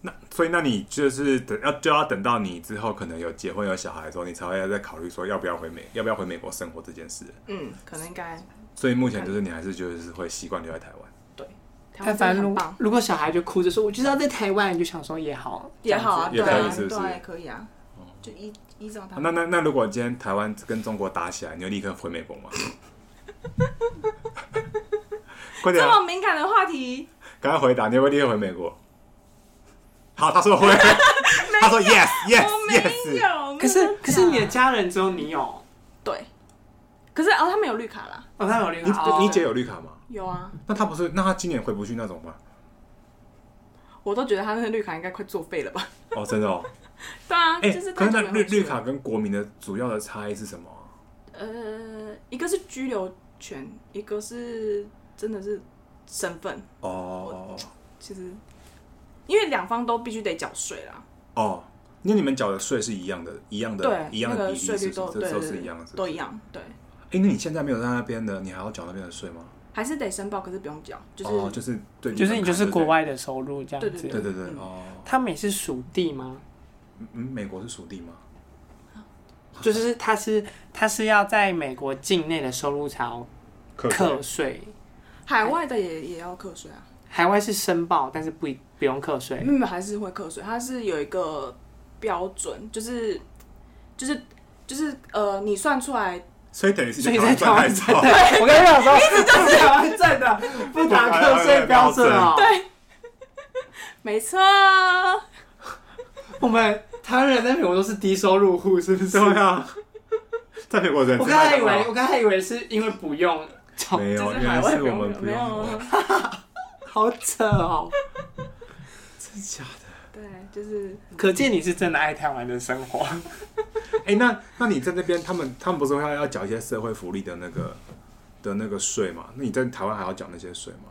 B: 那所以，那你就是等要就要等到你之后可能有结婚有小孩的时候，你才会再考虑说要不要回美，要不要回美国生活这件事。
C: 嗯，可能应该
B: 所以目前就是你还是就是会习惯留在台湾。
C: 对。台
A: 但
C: 湾
A: 反
C: 真
A: 正
C: 的
A: 如
C: 很棒，
A: 如果小孩就哭着说，我就是要在台湾，你就想说也好，
C: 也好啊，
B: 也
C: 对
B: 可以哦
C: 啊，
B: 是不是
C: 对啊，也可以啊，就依依照他
B: 啊那那那如果今天台湾跟中国打起来，你就立刻回美国吗？快点
C: 这
B: 啊、
C: 么敏感的话题，
B: 赶快回答，你会不会立刻回美国？好，他 说会，他说 yes
C: 我
B: yes
C: 没
B: yes。
C: 有。
A: 可是
C: 没有
A: 可是你的家人只有你有，
C: 对，可是哦，他们有绿卡啦，
A: 哦，他有绿
B: 你
A: 卡，哦
B: 你姐有绿卡吗？
C: 有啊，
B: 那她不是？那她今年回不去那种吗？
C: 我都觉得他那个绿卡应该快作废了吧？
B: 哦，真的哦。
C: 对啊，
B: 哎、
C: 就是
B: 可是
C: 太久
B: 那
C: 没
B: 绿
C: 回去
B: 绿
C: 了
B: 卡跟国民的主要的差异是什么啊？
C: 呃，一个是居留权，一个是真的是身份。
B: 哦
C: 其实，因为两方都必须得缴税啦，
B: 哦，那你们缴的税是一样的，一样的，一
C: 对，
B: 样
C: 那
B: 的比
C: 个
B: 例，
C: 税率
B: 是
C: 都
B: 不是？
C: 对
B: 这都
C: 对
B: 是
C: 对
B: 一样的，是不
C: 都
B: 是。
C: 一样，对，
B: 哎、那你现在没有在那边的，你还要缴那边的税吗？
C: 还是得申报，可是不用缴，就是、
B: 哦，就是对，
A: 就是你就是国
B: 外。
A: 外的收入这样
C: 对对
A: 子。
B: 对对对，
C: 嗯
B: 哦，
A: 他们也是属地吗？
B: 嗯，美国是属地吗？
A: 就是他是他是要在美国境内的收入才要课税，
C: 海外的也也要课税啊，
A: 海外是申报，但是不一不用课税。
C: 没有没有还是会课税，它是有一个标准，就是就是就是呃，你算出来
B: 所以等于是
A: 所以
B: 台
A: 在
B: 湾
A: 台
B: 赚
A: 湾赚
B: 太 少，
A: 对，我跟你讲说， 一直就是台湾赚的，不达课税标准哦。对，
C: 没错，
A: 我们台湾人在美国都是低收入户，是不是？
B: 对啊，在美国人
A: 我
B: 吃
A: 刚才
B: 麦
A: 以
B: 当劳，
A: 为，我刚才以为是因为不用，
B: 没
C: 就
B: 有，
C: 是
B: 原
C: 海
B: 来
C: 外
B: 是
C: 不
B: 我
C: 用
B: 们
C: 缴
B: 不
C: 没有啊
B: 用，，
A: 好扯哦。
B: 真假的？
C: 对，就是
A: 可见你是真的爱台湾的生活。
B: 哎，那那你在那边，他们他们不是要要缴一些社会福利的那个的那个税嘛？那你在台湾还要缴那些税吗？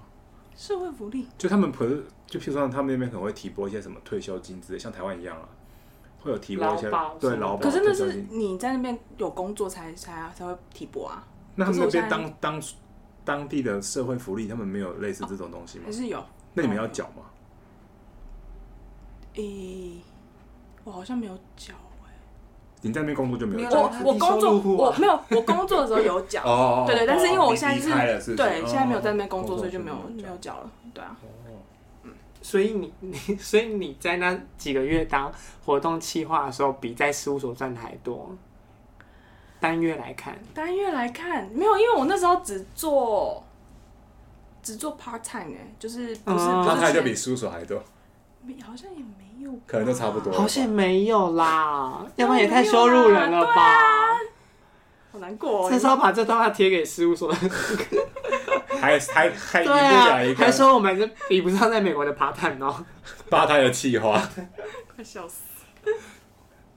C: 社会福利。
B: 就他们不是，就譬如说他们那边可能会提拨一些什么退休金之类，像台湾一样啊，会有提拨一些
A: 劳保
B: 哦对
A: 什么的
B: 劳保
C: 可
B: 退
C: 是那
B: 休
C: 是
B: 金。
C: 你在那边有工作才才才会提拨啊，
B: 那他们那
C: 可是
B: 边
C: 我现在
B: 当当当地的社会福利，他们没有类似这种东西吗
C: 还？是有？
B: 那你们要缴吗？
C: 诶、我好像没有缴
B: 你在那边工作就没有
A: 没
B: 缴
A: 有
C: 我
A: 啊
C: 我
A: 低
C: 工
A: 收入
C: 作
A: 户
C: 我
A: 啊
C: 没有，我工作的时候有 缴，
B: 哦
C: 对对，但是因为我现在
B: 离开了是不是
C: 对，现在没有在那边
B: 哦
C: 工作，
B: 工
C: 所
B: 作
C: 以就没有
B: 就没有
C: 没
B: 缴
C: 有缴了，对啊，
A: 所以你你所以你在那几个月当活动企划的时候，比在事务所赚的还多。单月来看，
C: 单月来看，没有，因为我那时候只做只做 part time 哎、就是不是、
A: 嗯
C: 不
B: 那
C: 是
B: 他就
C: 全
B: 比叔叔还多，
C: 没好像也没有吧，
B: 可能都差不多
A: 好险没有啦，要不然也太羞辱人了
C: 对
A: 吧？
C: 好难过、哦
A: 这。时候把这段话贴给事务所，
B: 还还还
A: 对
B: 一步来一
A: 啊，还
B: 个
A: 说我们这比不上在美国的爬探哦。
B: 八胎的气话，
C: 快笑死！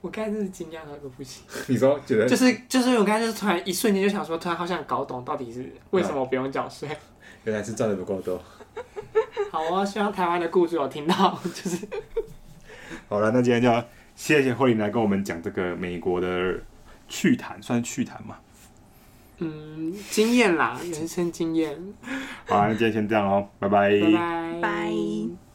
A: 我刚才真是惊讶到一个不行，
B: 你说觉
A: 就
B: 得
A: 是就是我刚才就是突然一瞬间就想说，突然好想搞懂到底是为什么不用缴税。
B: 原来是赚的不够多。
A: 好哦，希望台湾的雇主有听到， 就是
B: 好了，那今天就谢谢慧玲来跟我们讲这个美国的趣谈，算是趣谈嘛。
A: 嗯经验啦，人生经验。
B: 啊好啦，那今天先这样哦，拜拜
A: 拜拜
C: 拜。